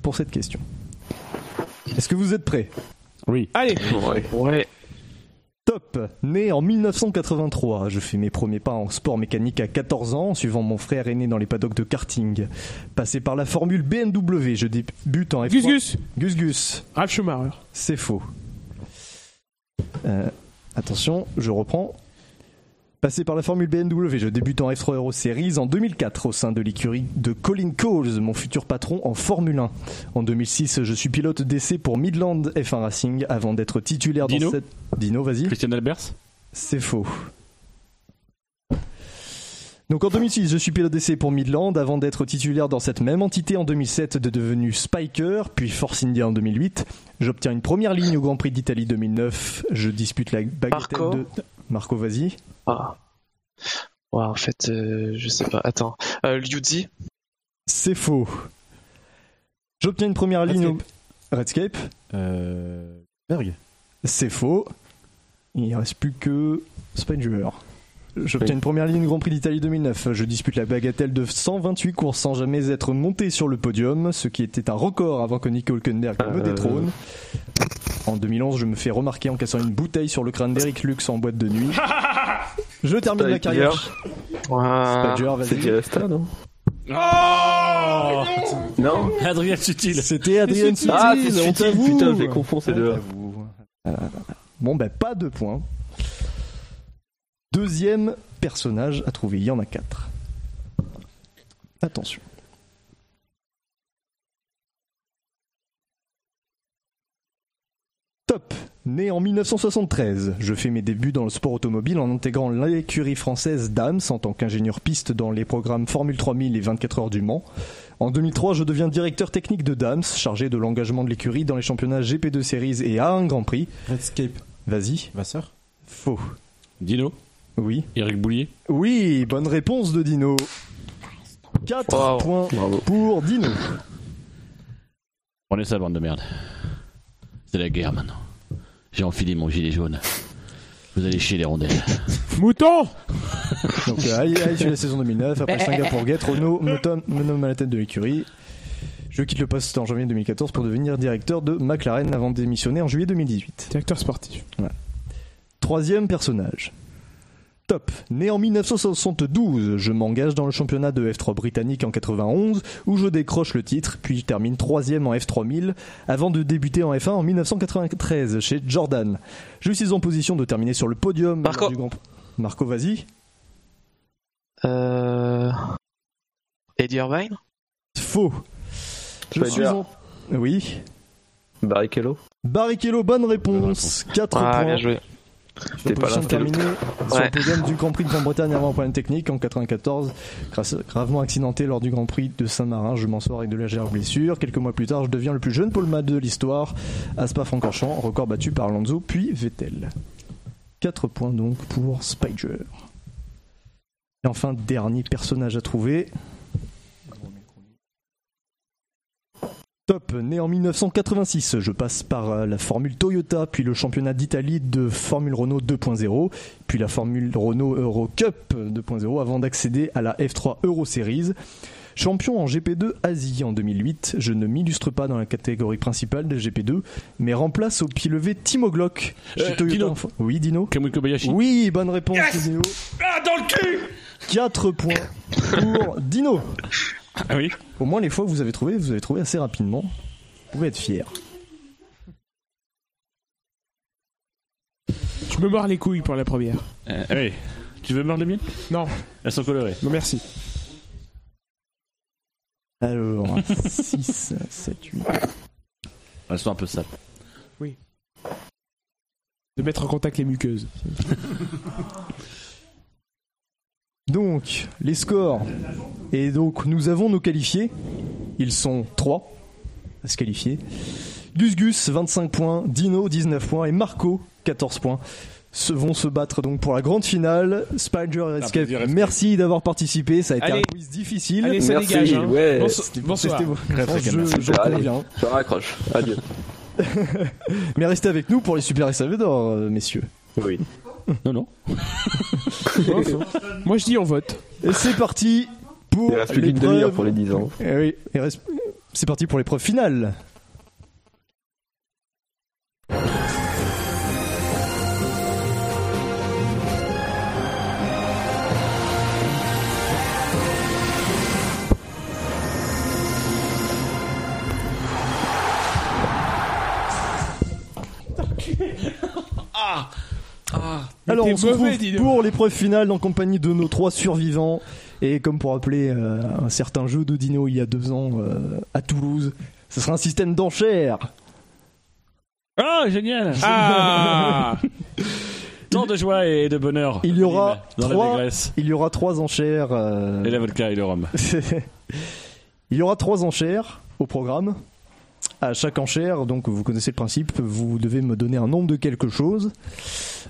pour cette question. Est-ce que vous êtes prêts
Oui.
Allez,
Ouais.
Top Né en 1983, je fais mes premiers pas en sport mécanique à 14 ans, en suivant mon frère aîné dans les paddocks de karting. Passé par la formule BMW, je débute en F1.
Gus Gus.
Gus Gus.
Ralph Schumacher.
C'est faux. Euh, attention, je reprends. Passé par la Formule BMW, je débute en F3 Euro Series en 2004 au sein de l'écurie de Colin Coles, mon futur patron en Formule 1. En 2006, je suis pilote d'essai pour Midland F1 Racing avant d'être titulaire
Dino
dans cette... Dino, vas-y.
Christian Albers
C'est faux. Donc en 2006, je suis pilote d'essai pour Midland avant d'être titulaire dans cette même entité en 2007 de devenu Spiker, puis Force India en 2008. J'obtiens une première ligne au Grand Prix d'Italie 2009. Je dispute la baguette
Marco
de... Marco, vas-y.
Ah. Ouais, en fait, euh, je sais pas. Attends. Euh, Liudi
C'est faux. J'obtiens une première ligne au... Redscape.
Euh... Berg.
C'est faux. Il ne reste plus que Spanger. J'obtiens une première ligne Grand Prix d'Italie 2009. Je dispute la bagatelle de 128 courses sans jamais être monté sur le podium, ce qui était un record avant que Nico Hülkenberg me
Euh.
détrône. En 2011, je me fais remarquer en cassant une bouteille sur le crâne d'Eric Lux en boîte de nuit. Je termine ma carrière.
Ouais.
Spanger,
Ah, C'est
vas-y.
Diresta, non
Oh
Non
Adrien Sutil.
C'était Adrien
Sutil.
Ah,
Sutil,
c'est
honte à
Sutil,
vous.
putain, je les confonds ces
Honte
deux.
à vous. Euh, Bon, ben, pas de points. Deuxième personnage à trouver. Il y en a quatre. Attention. Top. Né en 1973, je fais mes débuts dans le sport automobile en intégrant l'écurie française DAMS en tant qu'ingénieur piste dans les programmes Formule 3000 et 24 heures du Mans. En 2003, je deviens directeur technique de DAMS, chargé de l'engagement de l'écurie dans les championnats GP2 Series et A1 Grand Prix.
Redscape.
Vas-y.
Vasseur.
Faux.
Dino
Oui.
Eric Boulier
Oui, bonne réponse de Dino. 4
Wow.
points
Bravo.
pour Dino.
Prenez ça, bande de merde. C'est la guerre maintenant. J'ai enfilé mon gilet jaune. Vous allez chier les rondelles.
Mouton
Donc, euh, aïe, aïe, sur la saison 2009, après Singapour Gate, Renault me tom- me nomme à la tête de l'écurie. Je quitte le poste en janvier 2014 pour devenir directeur de McLaren avant de démissionner en juillet 2018.
Directeur sportif.
Troisième personnage. Top. Né en 1972, je m'engage dans le championnat de F3 britannique en 91, où je décroche le titre, puis je termine troisième en F3000, avant de débuter en F1 en 1993 chez Jordan. Je suis en position de terminer sur le podium
Marco.
lors du Grand Prix. Marco, vas-y.
Euh... Eddie Irvine
Faux. Je
Federer.
suis en... Oui.
Barrichello
Barrichello, bonne réponse. 4
Ah,
points.
bien joué.
T'es pas là,
de
t'es
terminer
*laughs*
sur
Ouais.
le podium du Grand Prix de Grande-Bretagne avant un problème technique en 94, grâce- gravement accidenté lors du Grand Prix de Saint-Marin. Je m'en sors avec de légères blessures. Quelques mois plus tard, je deviens le plus jeune poleman de l'histoire à Spa-Francorchamps, record battu par Alonso puis Vettel. 4 points donc pour Spider. Et enfin, dernier personnage à trouver. Top, né en 1986, je passe par euh, la Formule Toyota, puis le championnat d'Italie de Formule Renault 2.0, puis la Formule Renault Euro Cup 2.0 avant d'accéder à la F3 Euro Series. Champion en GP2 Asie en 2008, je ne m'illustre pas dans la catégorie principale des GP2, mais remplace au pied levé Timo Glock chez
Euh,
Toyota
Dino.
Info- Oui, Dino
Kamui Kobayashi
oui, bonne réponse, Dino.
Ah, dans le cul
4 points pour Dino.
Ah oui
Au moins, les fois que vous avez trouvé, vous avez trouvé assez rapidement. Vous pouvez être fier.
Je me mords les couilles pour la première.
Euh, ah oui. Tu veux meurtre les miennes
Non.
Elles sont colorées.
Non, merci.
Alors, 6, 7, 8.
Elles sont un peu sales.
De mettre en contact les muqueuses.
Donc, les scores. Et donc, nous avons nos qualifiés. Ils sont 3 à se qualifier. Gus Gus, 25 points. Dino, 19 points. Et Marco, 14 points. Se vont se battre donc pour la grande finale. Spider et Escape,
plaisir, Redscape.
merci d'avoir participé. Ça a été
Allez.
un quiz difficile.
Allez, ça
Merci,
dégage. hein.
ouais.
Bonso- bonsoir.
C'était vos réponses,
très
je-
calme.
j'en
Allez.
conviens.
Je raccroche. Adieu.
Mais restez avec nous pour les Super SAV d'or, euh, messieurs.
Oui.
Non, non.
Moi, je dis on vote.
Et c'est parti pour
Il reste plus qu'une demi-heure pour les 10 ans.
Eh oui, il reste- c'est parti pour l'épreuve finale.
Ah.
Alors,
t'es
on se
mauvais,
retrouve
dis donc.
pour l'épreuve finale en compagnie de nos trois survivants. Et comme pour rappeler euh, un certain jeu de Dino il y a deux ans euh, à Toulouse, ce sera un système d'enchères.
Oh, génial
Ah
*laughs* Tant de joie et de bonheur.
Il y aura
dans la
trois-
dégresse.
Il y aura trois enchères. euh,
Et la vodka et le rhum.
*laughs* Il y aura trois enchères au programme. À chaque enchère, donc vous connaissez le principe, vous devez me donner un nombre de quelque chose.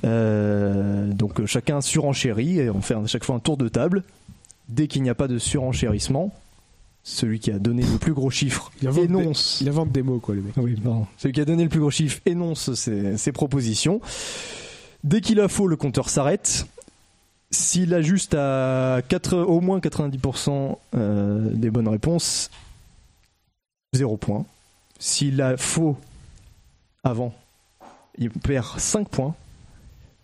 Euh, donc euh, chacun surenchérit et on fait à chaque fois un tour de table. Dès qu'il n'y a pas de surenchérissement, celui qui a donné le plus gros chiffre
Il invente des-
énonce.
Il invente des mots, quoi, le mec.
Oui, pardon. Celui qui a donné le plus gros chiffre énonce ses, ses propositions. Dès qu'il a faux, le compteur s'arrête. S'il a juste à quatre- au moins 90% euh, des bonnes réponses, 0 points. S'il a faux avant, il perd 5 points.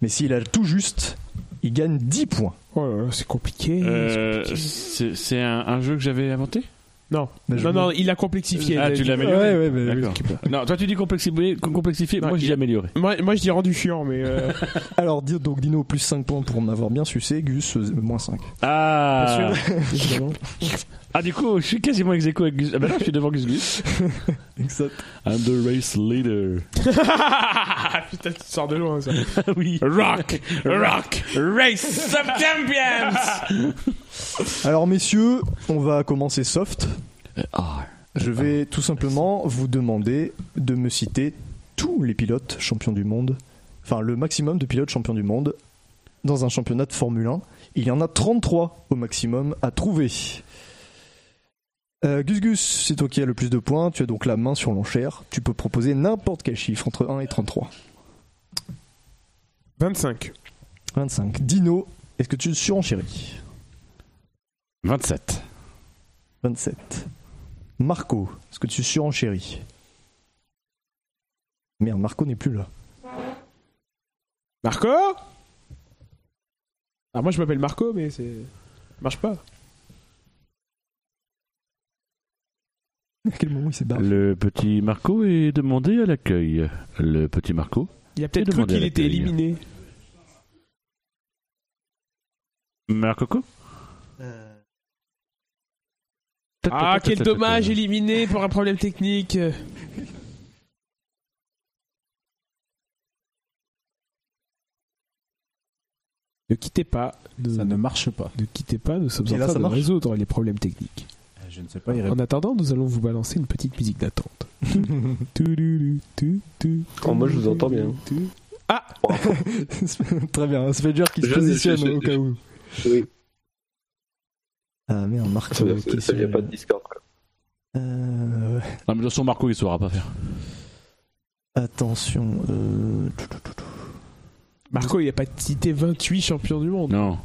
Mais s'il a tout juste, il gagne 10 points.
Oh là là, c'est compliqué.
Euh,
c'est compliqué.
c'est c'est un, un jeu que j'avais inventé
Non,
Mais je
non,
me-
non, il a complexifié.
Ah,
Il a
tu
dit-
l'as amélioré
Ouais, ouais, mais-
D'accord. Non, toi tu dis complexifié, complexifié
Non,
moi je
il-
dis amélioré.
Moi, moi, je dis rendu chiant, mais euh,
Alors, dis- donc Dino plus 5 points pour m'avoir bien sucé, Gus euh, moins 5.
Ah
évidemment.
Ah, du coup, je suis quasiment ex aequo avec Gus. Ah, bah non, je suis devant Gus Gus.
Exact.
I'm the race leader.
Putain, tu te sors de loin, ça.
Ah oui.
Rock, rock, race, subchampions.
Alors, messieurs, on va commencer soft.
Euh, ah,
Je vais tout simplement vous demander de me citer tous les pilotes champions du monde, enfin le maximum de pilotes champions du monde dans un championnat de Formule 1. Il y en a 33 au maximum à trouver. Euh, Gus Gus, c'est toi qui as le plus de points, tu as donc la main sur l'enchère, tu peux proposer n'importe quel chiffre entre 1 et 33.
25.
25. Dino, est-ce que tu surenchéris
27.
27. Marco, est-ce que tu surenchéris Merde, Marco n'est plus là.
Marco Alors moi, je m'appelle Marco, mais c'est ça marche pas.
À quel moment il s'est barré
le petit Marco est demandé à l'accueil. Le petit Marco
Il a peut-être
Et
cru
demandez à
qu'il était
l'accueil.
éliminé.
Marcoco
Euh. Ah, quel dommage, éliminé pour un problème technique. Ne quittez pas. Nous-
Ça ne marche pas.
Ne quittez pas, nous sommes
Et
en
là,
train
ça
de
marche
résoudre les problèmes techniques.
Je ne sais pas, il
En attendant, nous allons vous balancer une petite
*laughs*
musique d'attente. Touloulou, tou, tou,
Oh, moi, je vous entends bien.
tou.
*laughs* Très bien, ça fait dire qu'il se
Je- je-
positionne
je-
au cas où.
Oui,
Ah merde, Marc.
ça
euh,
veut dire que
qui
ça
se-
vient pas de Discord. quoi.
Euh,
Non, mais de toute façon, Marco il saura pas faire.
attention. euh, tout, tout, tout, tout.
Marco, il a pas cité 28 champions du monde.
Non.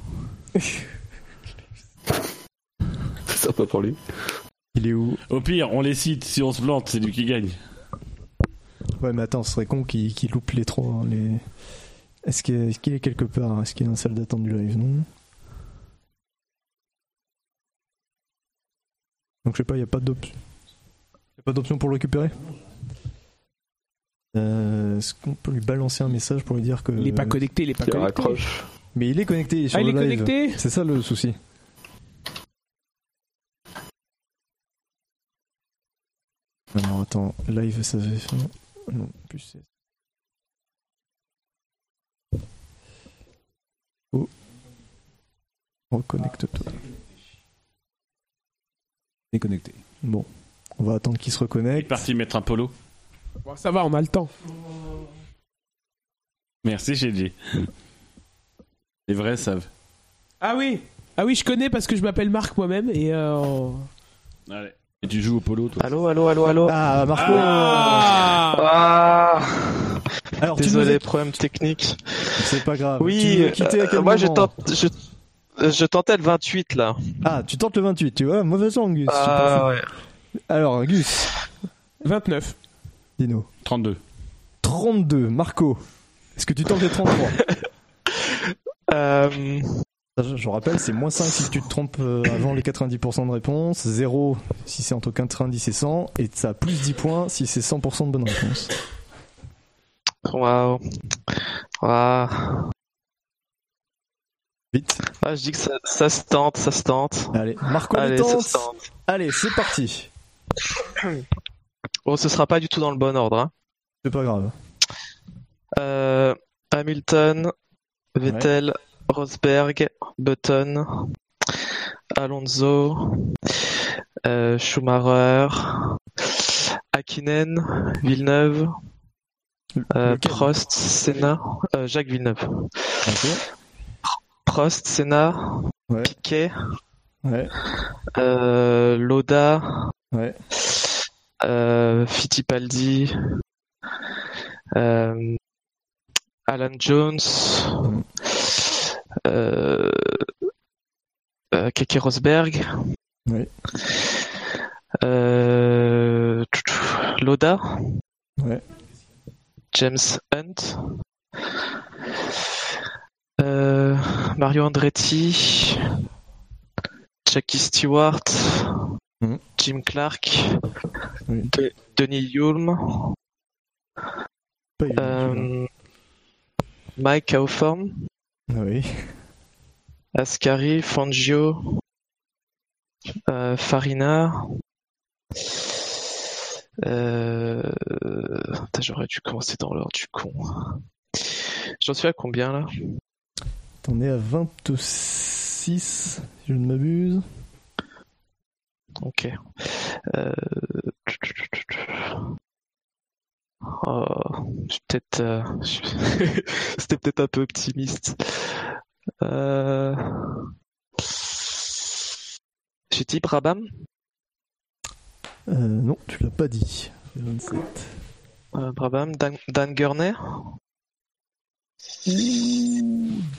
C'est sympa pour lui.
Il est où
Au pire, on les cite. Si on se plante, c'est lui qui gagne.
Ouais, mais attends, ce serait con qu'il qu'il loupe les trois. hein, les... Est-ce qu'il est, qu'il est quelque part hein? Est-ce qu'il est dans la salle d'attente du live Non. Donc je sais pas, il n'y a pas d'option. Y a pas d'option pour le récupérer Euh, Est-ce qu'on peut lui balancer un message pour lui dire que.
Il est pas connecté, il est pas
Il
connecté.
raccroche.
Mais il est connecté, il est sur
Ah, il
le
est
Euh, live.
connecté
C'est ça le souci. Alors attends, live ça fait ça. Non, plus c'est. Oh. Reconnecte-toi.
Déconnecté.
Bon, on va attendre qu'il se
Il est
reconnecte.
parti mettre un polo.
Bon, Ça va, on a le temps.
Merci, j'ai dit. Les vrais savent.
Ah oui Ah oui, je connais parce que je m'appelle Marc moi-même et... euh,
Allez. Et tu joues au polo, toi
Allô, allô, allô, allô.
Ah, Marco
Ah
Ah
Alors tu nous
Désolé,
as-
problème technique.
C'est pas grave. tu
Oui,
veux quitter à
euh,
quel
moi je
moment
tente, je, euh, je tentais le 28 là.
Ah, tu tentes le 28, tu vois Mauvaise langue, Gus.
Ah ouais.
Alors, Gus,
29.
dis-nous.
32.
32, Marco. Est-ce que tu tentes les
*laughs*
33
Euh,
Je je rappelle, c'est moins 5 si tu te trompes euh, avant les 90% de réponse, 0 si c'est entre 90 et 100, et ça a plus 10 points si c'est 100% de bonne réponse.
Waouh. Waouh.
Vite.
Ah, je dis que ça, ça se tente, ça se tente.
Allez, Marco
Allez,
le tente.
ça se tente.
Allez, c'est parti.
Oh, ce sera pas du tout dans le bon ordre. hein.
C'est pas grave.
Euh, Hamilton, Vettel, Rosberg, Button, Alonso, euh, Schumacher, Hakkinen, Villeneuve, euh,
lequel
Prost, Senna, euh, Jacques Villeneuve.
Ok.
Prost, Senna,
Ouais.
Piquet,
Ouais.
euh, Loda,
Ouais.
euh, Fittipaldi, euh, Alan Jones, euh, euh, Keke Rosberg,
Ouais.
euh, tchou, tchou, Loda,
Ouais.
James Hunt, euh, Mario Andretti, Jackie Stewart,
Mhm.
Jim Clark,
Oui.
De- Denis Hulme,
Pas évident, celui-là.
euh, Mike Hawthorne,
Ah oui.
Ascari, Fangio, euh, Farina. Euh... putain, J'aurais dû commencer dans l'ordre du con. J'en suis à combien là
T'en es à 26, si je ne m'abuse.
Ok. Euh... Oh, je suis *laughs* peut-être. euh, je- C'était peut-être un peu optimiste. Euh... J'ai dit Brabham
Euh, non, tu l'as pas dit. C'est 27.
Euh, Brabham, Dan, Dan Gurney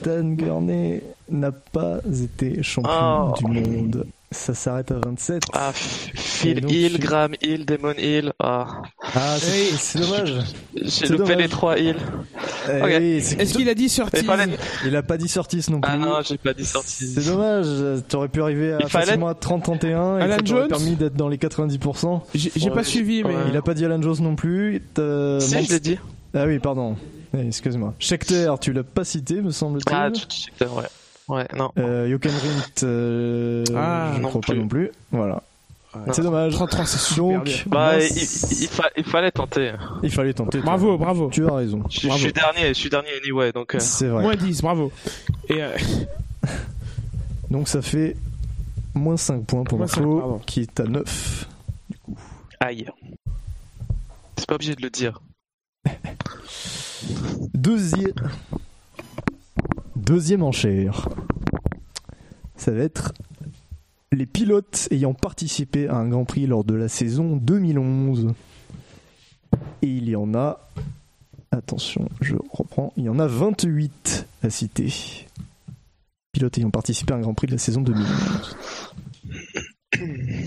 Dan Gurney n'a pas été champion
Oh.
du monde. Ça s'arrête à 27.
Ah, F- Phil
Et donc,
Hill,
tu-
Graham Hill, Damon Hill. Ah,
Ah, c'est c'est dommage.
j'ai
C'est
loupé
dommage.
les trois
Eh
Hill. Ok.
oui, c'est-
Est-ce qu'il a dit
Il
sorti
fallait...
Il a pas dit Sortis non plus.
Ah non, j'ai pas dit
C'est
sorti.
dommage, t'aurais pu arriver à
Il fallait-
facilement à 30-31 et
Alan
ça t'aurait
Jones
permis d'être dans les 90%.
J'ai j'ai pas
Ouais.
suivi, mais.
Ouais.
Il a pas dit Alan Jones non plus. t'as-
Si,
Mans-
je l'ai dit.
Ah oui, pardon. Eh, Excuse-moi. Schechter, tu l'as pas cité, me semble-t-il.
Ah, tu, tu- tu- ouais. Ouais, non.
Euh, Jochen Rindt, euh,
Ah,
je
non
crois
plus.
pas non plus. Voilà.
Non.
C'est dommage.
33, c'est super
Donc,
bien.
Bah, il,
mince,
il- il fa- il fallait tenter.
il fallait tenter.
Bravo, bravo.
Tu as raison.
Je, je suis dernier, je suis dernier anyway, donc. euh,
C'est vrai.
Moins 10, bravo. Et euh,
Donc ça fait moins 5 points pour
Moins cinq,
Flo,
pardon.
qui est à 9.
Aïe. C'est pas obligé de le dire.
Deuxième. Deuxième enchère. Ça va être les pilotes ayant participé à un Grand Prix lors de la saison 2011. Et il y en a. Attention, je reprends. Il y en a 28 à citer. Pilotes ayant participé à un Grand Prix de la saison 2011.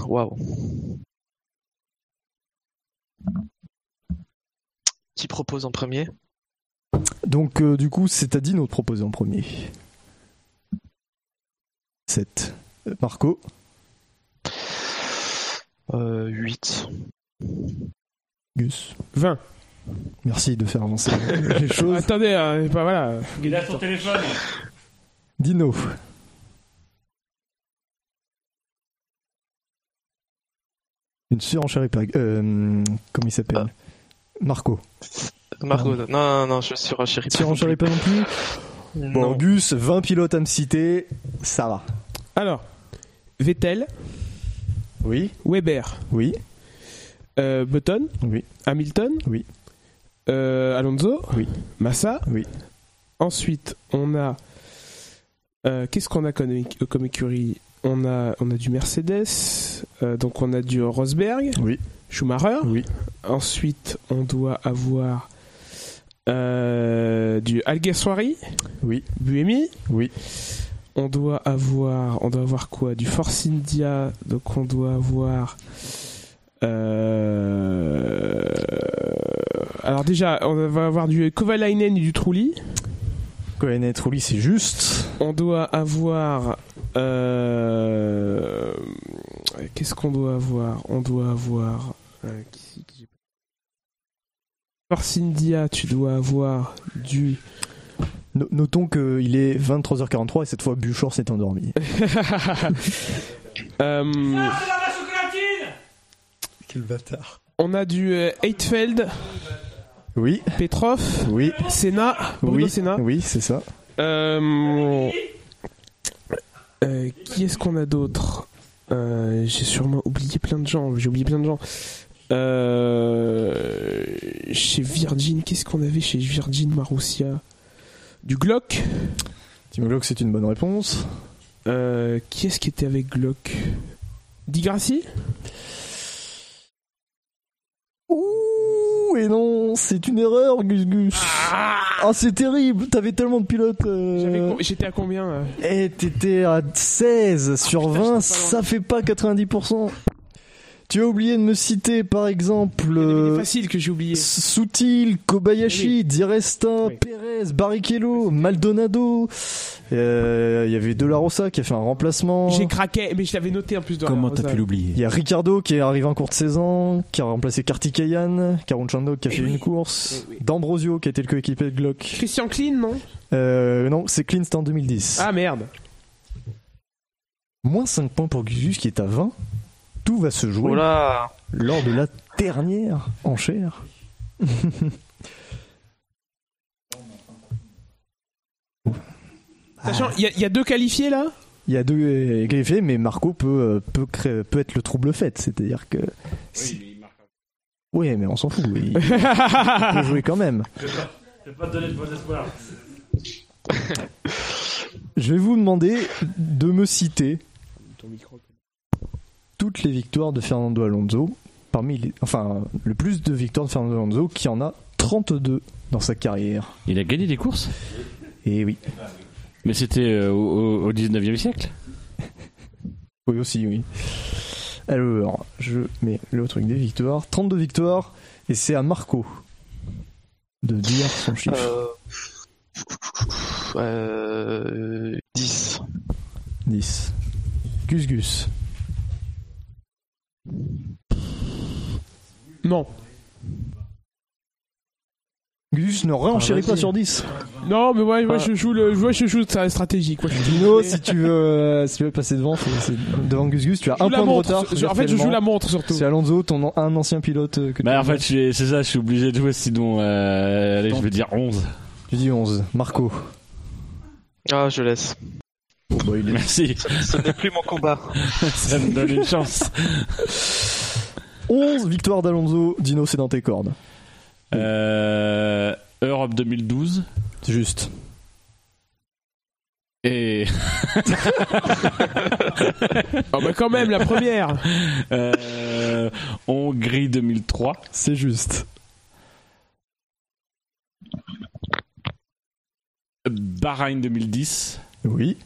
Waouh. Qui propose en premier
Donc, euh, du coup, c'est à Dino de proposer en premier. 7. Marco,
euh, 8.
Gus.
20.
Merci de faire avancer les choses.
Attendez, hein, bah voilà.
Il a son téléphone.
Dino. Une surenchère hyper- Euh, comment il s'appelle Marco.
Margot,
Ah.
non, non, non, je suis renchéri.
Surenchère hyper non plus Bon,
Non.
Gus, 20 pilotes à me citer. Ça va.
Alors, Vettel,
Oui.
Weber,
Oui.
euh, Button,
Oui.
Hamilton,
Oui.
euh, Alonso,
Oui.
Massa,
Oui.
Ensuite, on a. euh, Qu'est-ce qu'on a comme, éc- comme écurie on a, on a du Mercedes, euh, donc on a du Rosberg,
Oui.
Schumacher.
Oui.
Ensuite, on doit avoir euh, du Alguersuari.
Oui.
Buemi.
Oui.
On doit avoir, on doit avoir quoi Du Force India. Donc on doit avoir. euh, Alors déjà, on va avoir du Kovalainen et du Trulli.
Cohen et Trulli, c'est juste.
On doit avoir. euh, Qu'est-ce qu'on doit avoir On doit avoir. euh, qui c'est que j'ai pas- Force India, tu dois avoir du. *laughs*
No- Notons qu'il est 23h43 et cette fois Buchor s'est endormi.
Euh,
Quel bâtard.
on a du euh, Heitfeld,
Oui,
Petrov,
oui,
Senna, Bruno
oui,
Senna.
oui, c'est ça.
Euh, euh, qui est-ce qu'on a d'autre Euh, J'ai sûrement oublié plein de gens. J'ai oublié plein de gens. Euh, chez Virgin, qu'est-ce qu'on avait chez Virgin Marussia Du Glock.
Tim Glock, c'est une bonne réponse.
Euh, qui est-ce qui était avec Glock Digrassi
Ouh, et non, c'est une erreur, Gus Gus. Ah, c'est terrible, t'avais tellement de pilotes. euh,
J'avais com- J'étais à combien euh
Eh, t'étais à 16 sur
putain,
20,
j'étais pas loin.
ça fait pas 90%. Tu as oublié de me citer, par exemple,
Eh, Il y en avait des
euh,
faciles que j'ai oublié.
Soutil, Kobayashi, Diresta,
Oui.
Perez, Barrichello, Maldonado. Euh, Il y avait De La Rosa qui a fait un remplacement.
J'ai craqué, mais je l'avais noté en plus de
Comment
la
t'as
Rosa.
pu l'oublier
Il y a Ricardo qui est arrivé en cours de 16 ans, qui a remplacé Kartikayan, Carunchandok qui a fait une course,
Eh oui.
D'Ambrosio qui était le coéquipier de Glock.
Christian Klein, non
Euh, non, c'est Clean, c'était en 2010.
Ah merde.
Moins 5 points pour Gusus qui est à 20. Tout va se jouer
Oh là
lors de la dernière enchère.
Ah.
Sachant, il y, a- il y a deux qualifiés là
Il y a deux euh, greffés, mais Marco peut, euh, peut, créer- peut être le trouble fait. C'est-à-dire que. si- Oui, mais on s'en fout. Il il peut jouer quand même.
Je vais pas te donner de faux espoirs.
*laughs* Je vais vous demander de me citer toutes les victoires de Fernando Alonso. Parmi les- enfin, le plus de victoires de Fernando Alonso, qui en a 32 dans sa carrière.
Il a gagné des courses
Et oui.
Mais c'était euh, au, au- au 19e siècle
Oui, aussi, oui. Alors, je mets le truc des victoires. 32 victoires, et c'est à Marco de dire son chiffre.
euh... euh, 10.
10. Gus Gus.
Non.
Gus Gus ne réenchérit pas sur 10.
Non, mais
Ah.
ouais, moi je joue le, moi, je joue ça stratégique. Moi, je joue-
Dino, si tu veux, euh, si tu veux passer devant, faut- c'est devant Gus Gus, tu as
je joue
un
la
point de
montre,
retard.
je- en fait, je joue la montre surtout.
C'est Alonso, ton an- un ancien pilote euh, que tu
Bah en fait je suis- c'est ça, je suis obligé de jouer sinon euh, allez, je vais dire 11.
Tu dis 11. Marco.
Ah, je laisse.
*laughs* Merci,
Ce n'est plus mon combat.
ça me donne une chance.
11 victoires d'Alonso. Dino, c'est dans tes cordes.
Euh, Europe 2012
C'est juste.
et
Ah bah quand même, la première.
euh, Hongrie 2003.
C'est juste.
Bahreïn 2010,
Oui.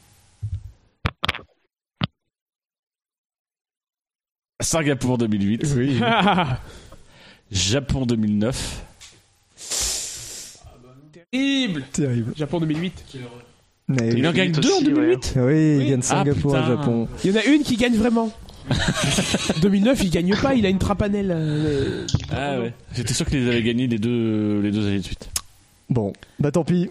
Singapour 2008,
*laughs* Oui.
Japon 2009,
*laughs* Terrible.
Terrible.
Japon 2008.
Mais
il en gagne deux en 2008
Oui, il gagne
Ah,
Singapour
putain.
Japon.
Il y en a une qui gagne
*laughs*
vraiment. 2009, il gagne pas, il a une trapanelle. euh,
Ah ouais, j'étais sûr qu'il les avait gagnés les deux, les deux années de suite.
Bon, bah tant pis.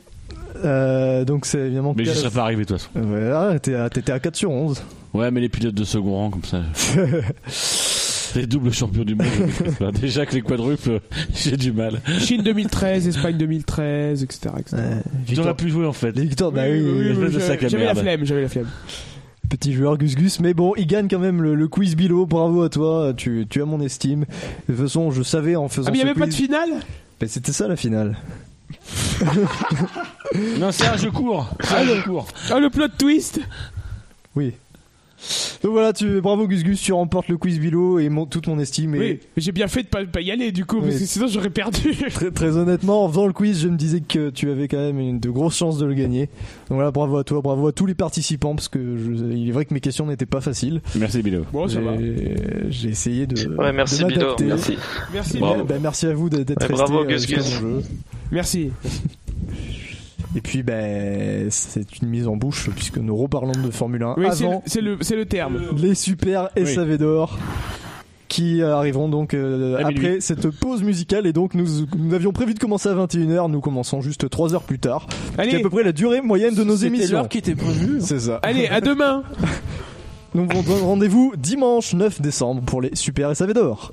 Euh, donc c'est évidemment.
Mais je
quatre-
serais pas arrivé de toute façon.
Voilà, t'es à- t'étais à 4 sur
*laughs*
11.
Ouais, mais les pilotes de second rang comme ça. *laughs* Les doubles champions du monde. je maîtrise pas. Déjà que les quadruples, *laughs* j'ai du mal.
euh, Chine 2013, Espagne 2013, etc. etc.
Ouais,
J'aurais
victoire-
pu jouer en fait.
Les victoires, bah oui, oui, oui.
espèce de sac à
j'avais j'avais la
merde.
flemme, j'avais la flemme.
petit joueur Gus Gus, mais bon, il gagne quand même le, le quiz Bilo, bravo à toi, tu, tu as mon estime. De toute façon, je savais en faisant
Ah mais il y
ce
avait pas de
quiz-
finale
Mais c'était ça la finale.
Non, c'est un jeu court. C'est un jeu court.
Ah le plot twist.
Oui. Donc voilà, tu, bravo Gus Gus, tu remportes le quiz Bilo et mon- toute mon estime. Et
Oui, mais j'ai bien fait de pas, pas y aller du coup,
Oui.
parce que sinon j'aurais perdu.
très, très honnêtement, en faisant le quiz, je me disais que tu avais quand même une, de grosses chances de le gagner. Donc voilà, bravo à toi, bravo à tous les participants, parce que je- il est vrai que mes questions n'étaient pas faciles.
Merci Bilo.
Bon, Oh, ça
J'ai-
va.
J'ai essayé de.
Ouais, merci,
de
Bilo.
m'adapter.
Merci.
Merci.
Bah, bah, merci à vous d'être
Ouais,
resté
bravo,
euh,
Gus
sur
Gus.
mon jeu.
Merci.
Et puis, ben, c'est une mise en bouche, puisque nous reparlons de Formule 1
Oui, c'est le-
avant
c'est le, c'est le terme.
les super SAV d'or, qui arriveront donc euh,
À minuit.
après cette pause musicale. Et donc, nous, nous avions prévu de commencer à 21h. Nous commençons juste 3 heures plus tard. C'est à
Allez,
peu près la durée moyenne de nos émissions.
qui était prévue.
C'est ça.
allez, à demain
Nous vous donne rendez-vous dimanche 9 décembre pour les Super SAV d'or.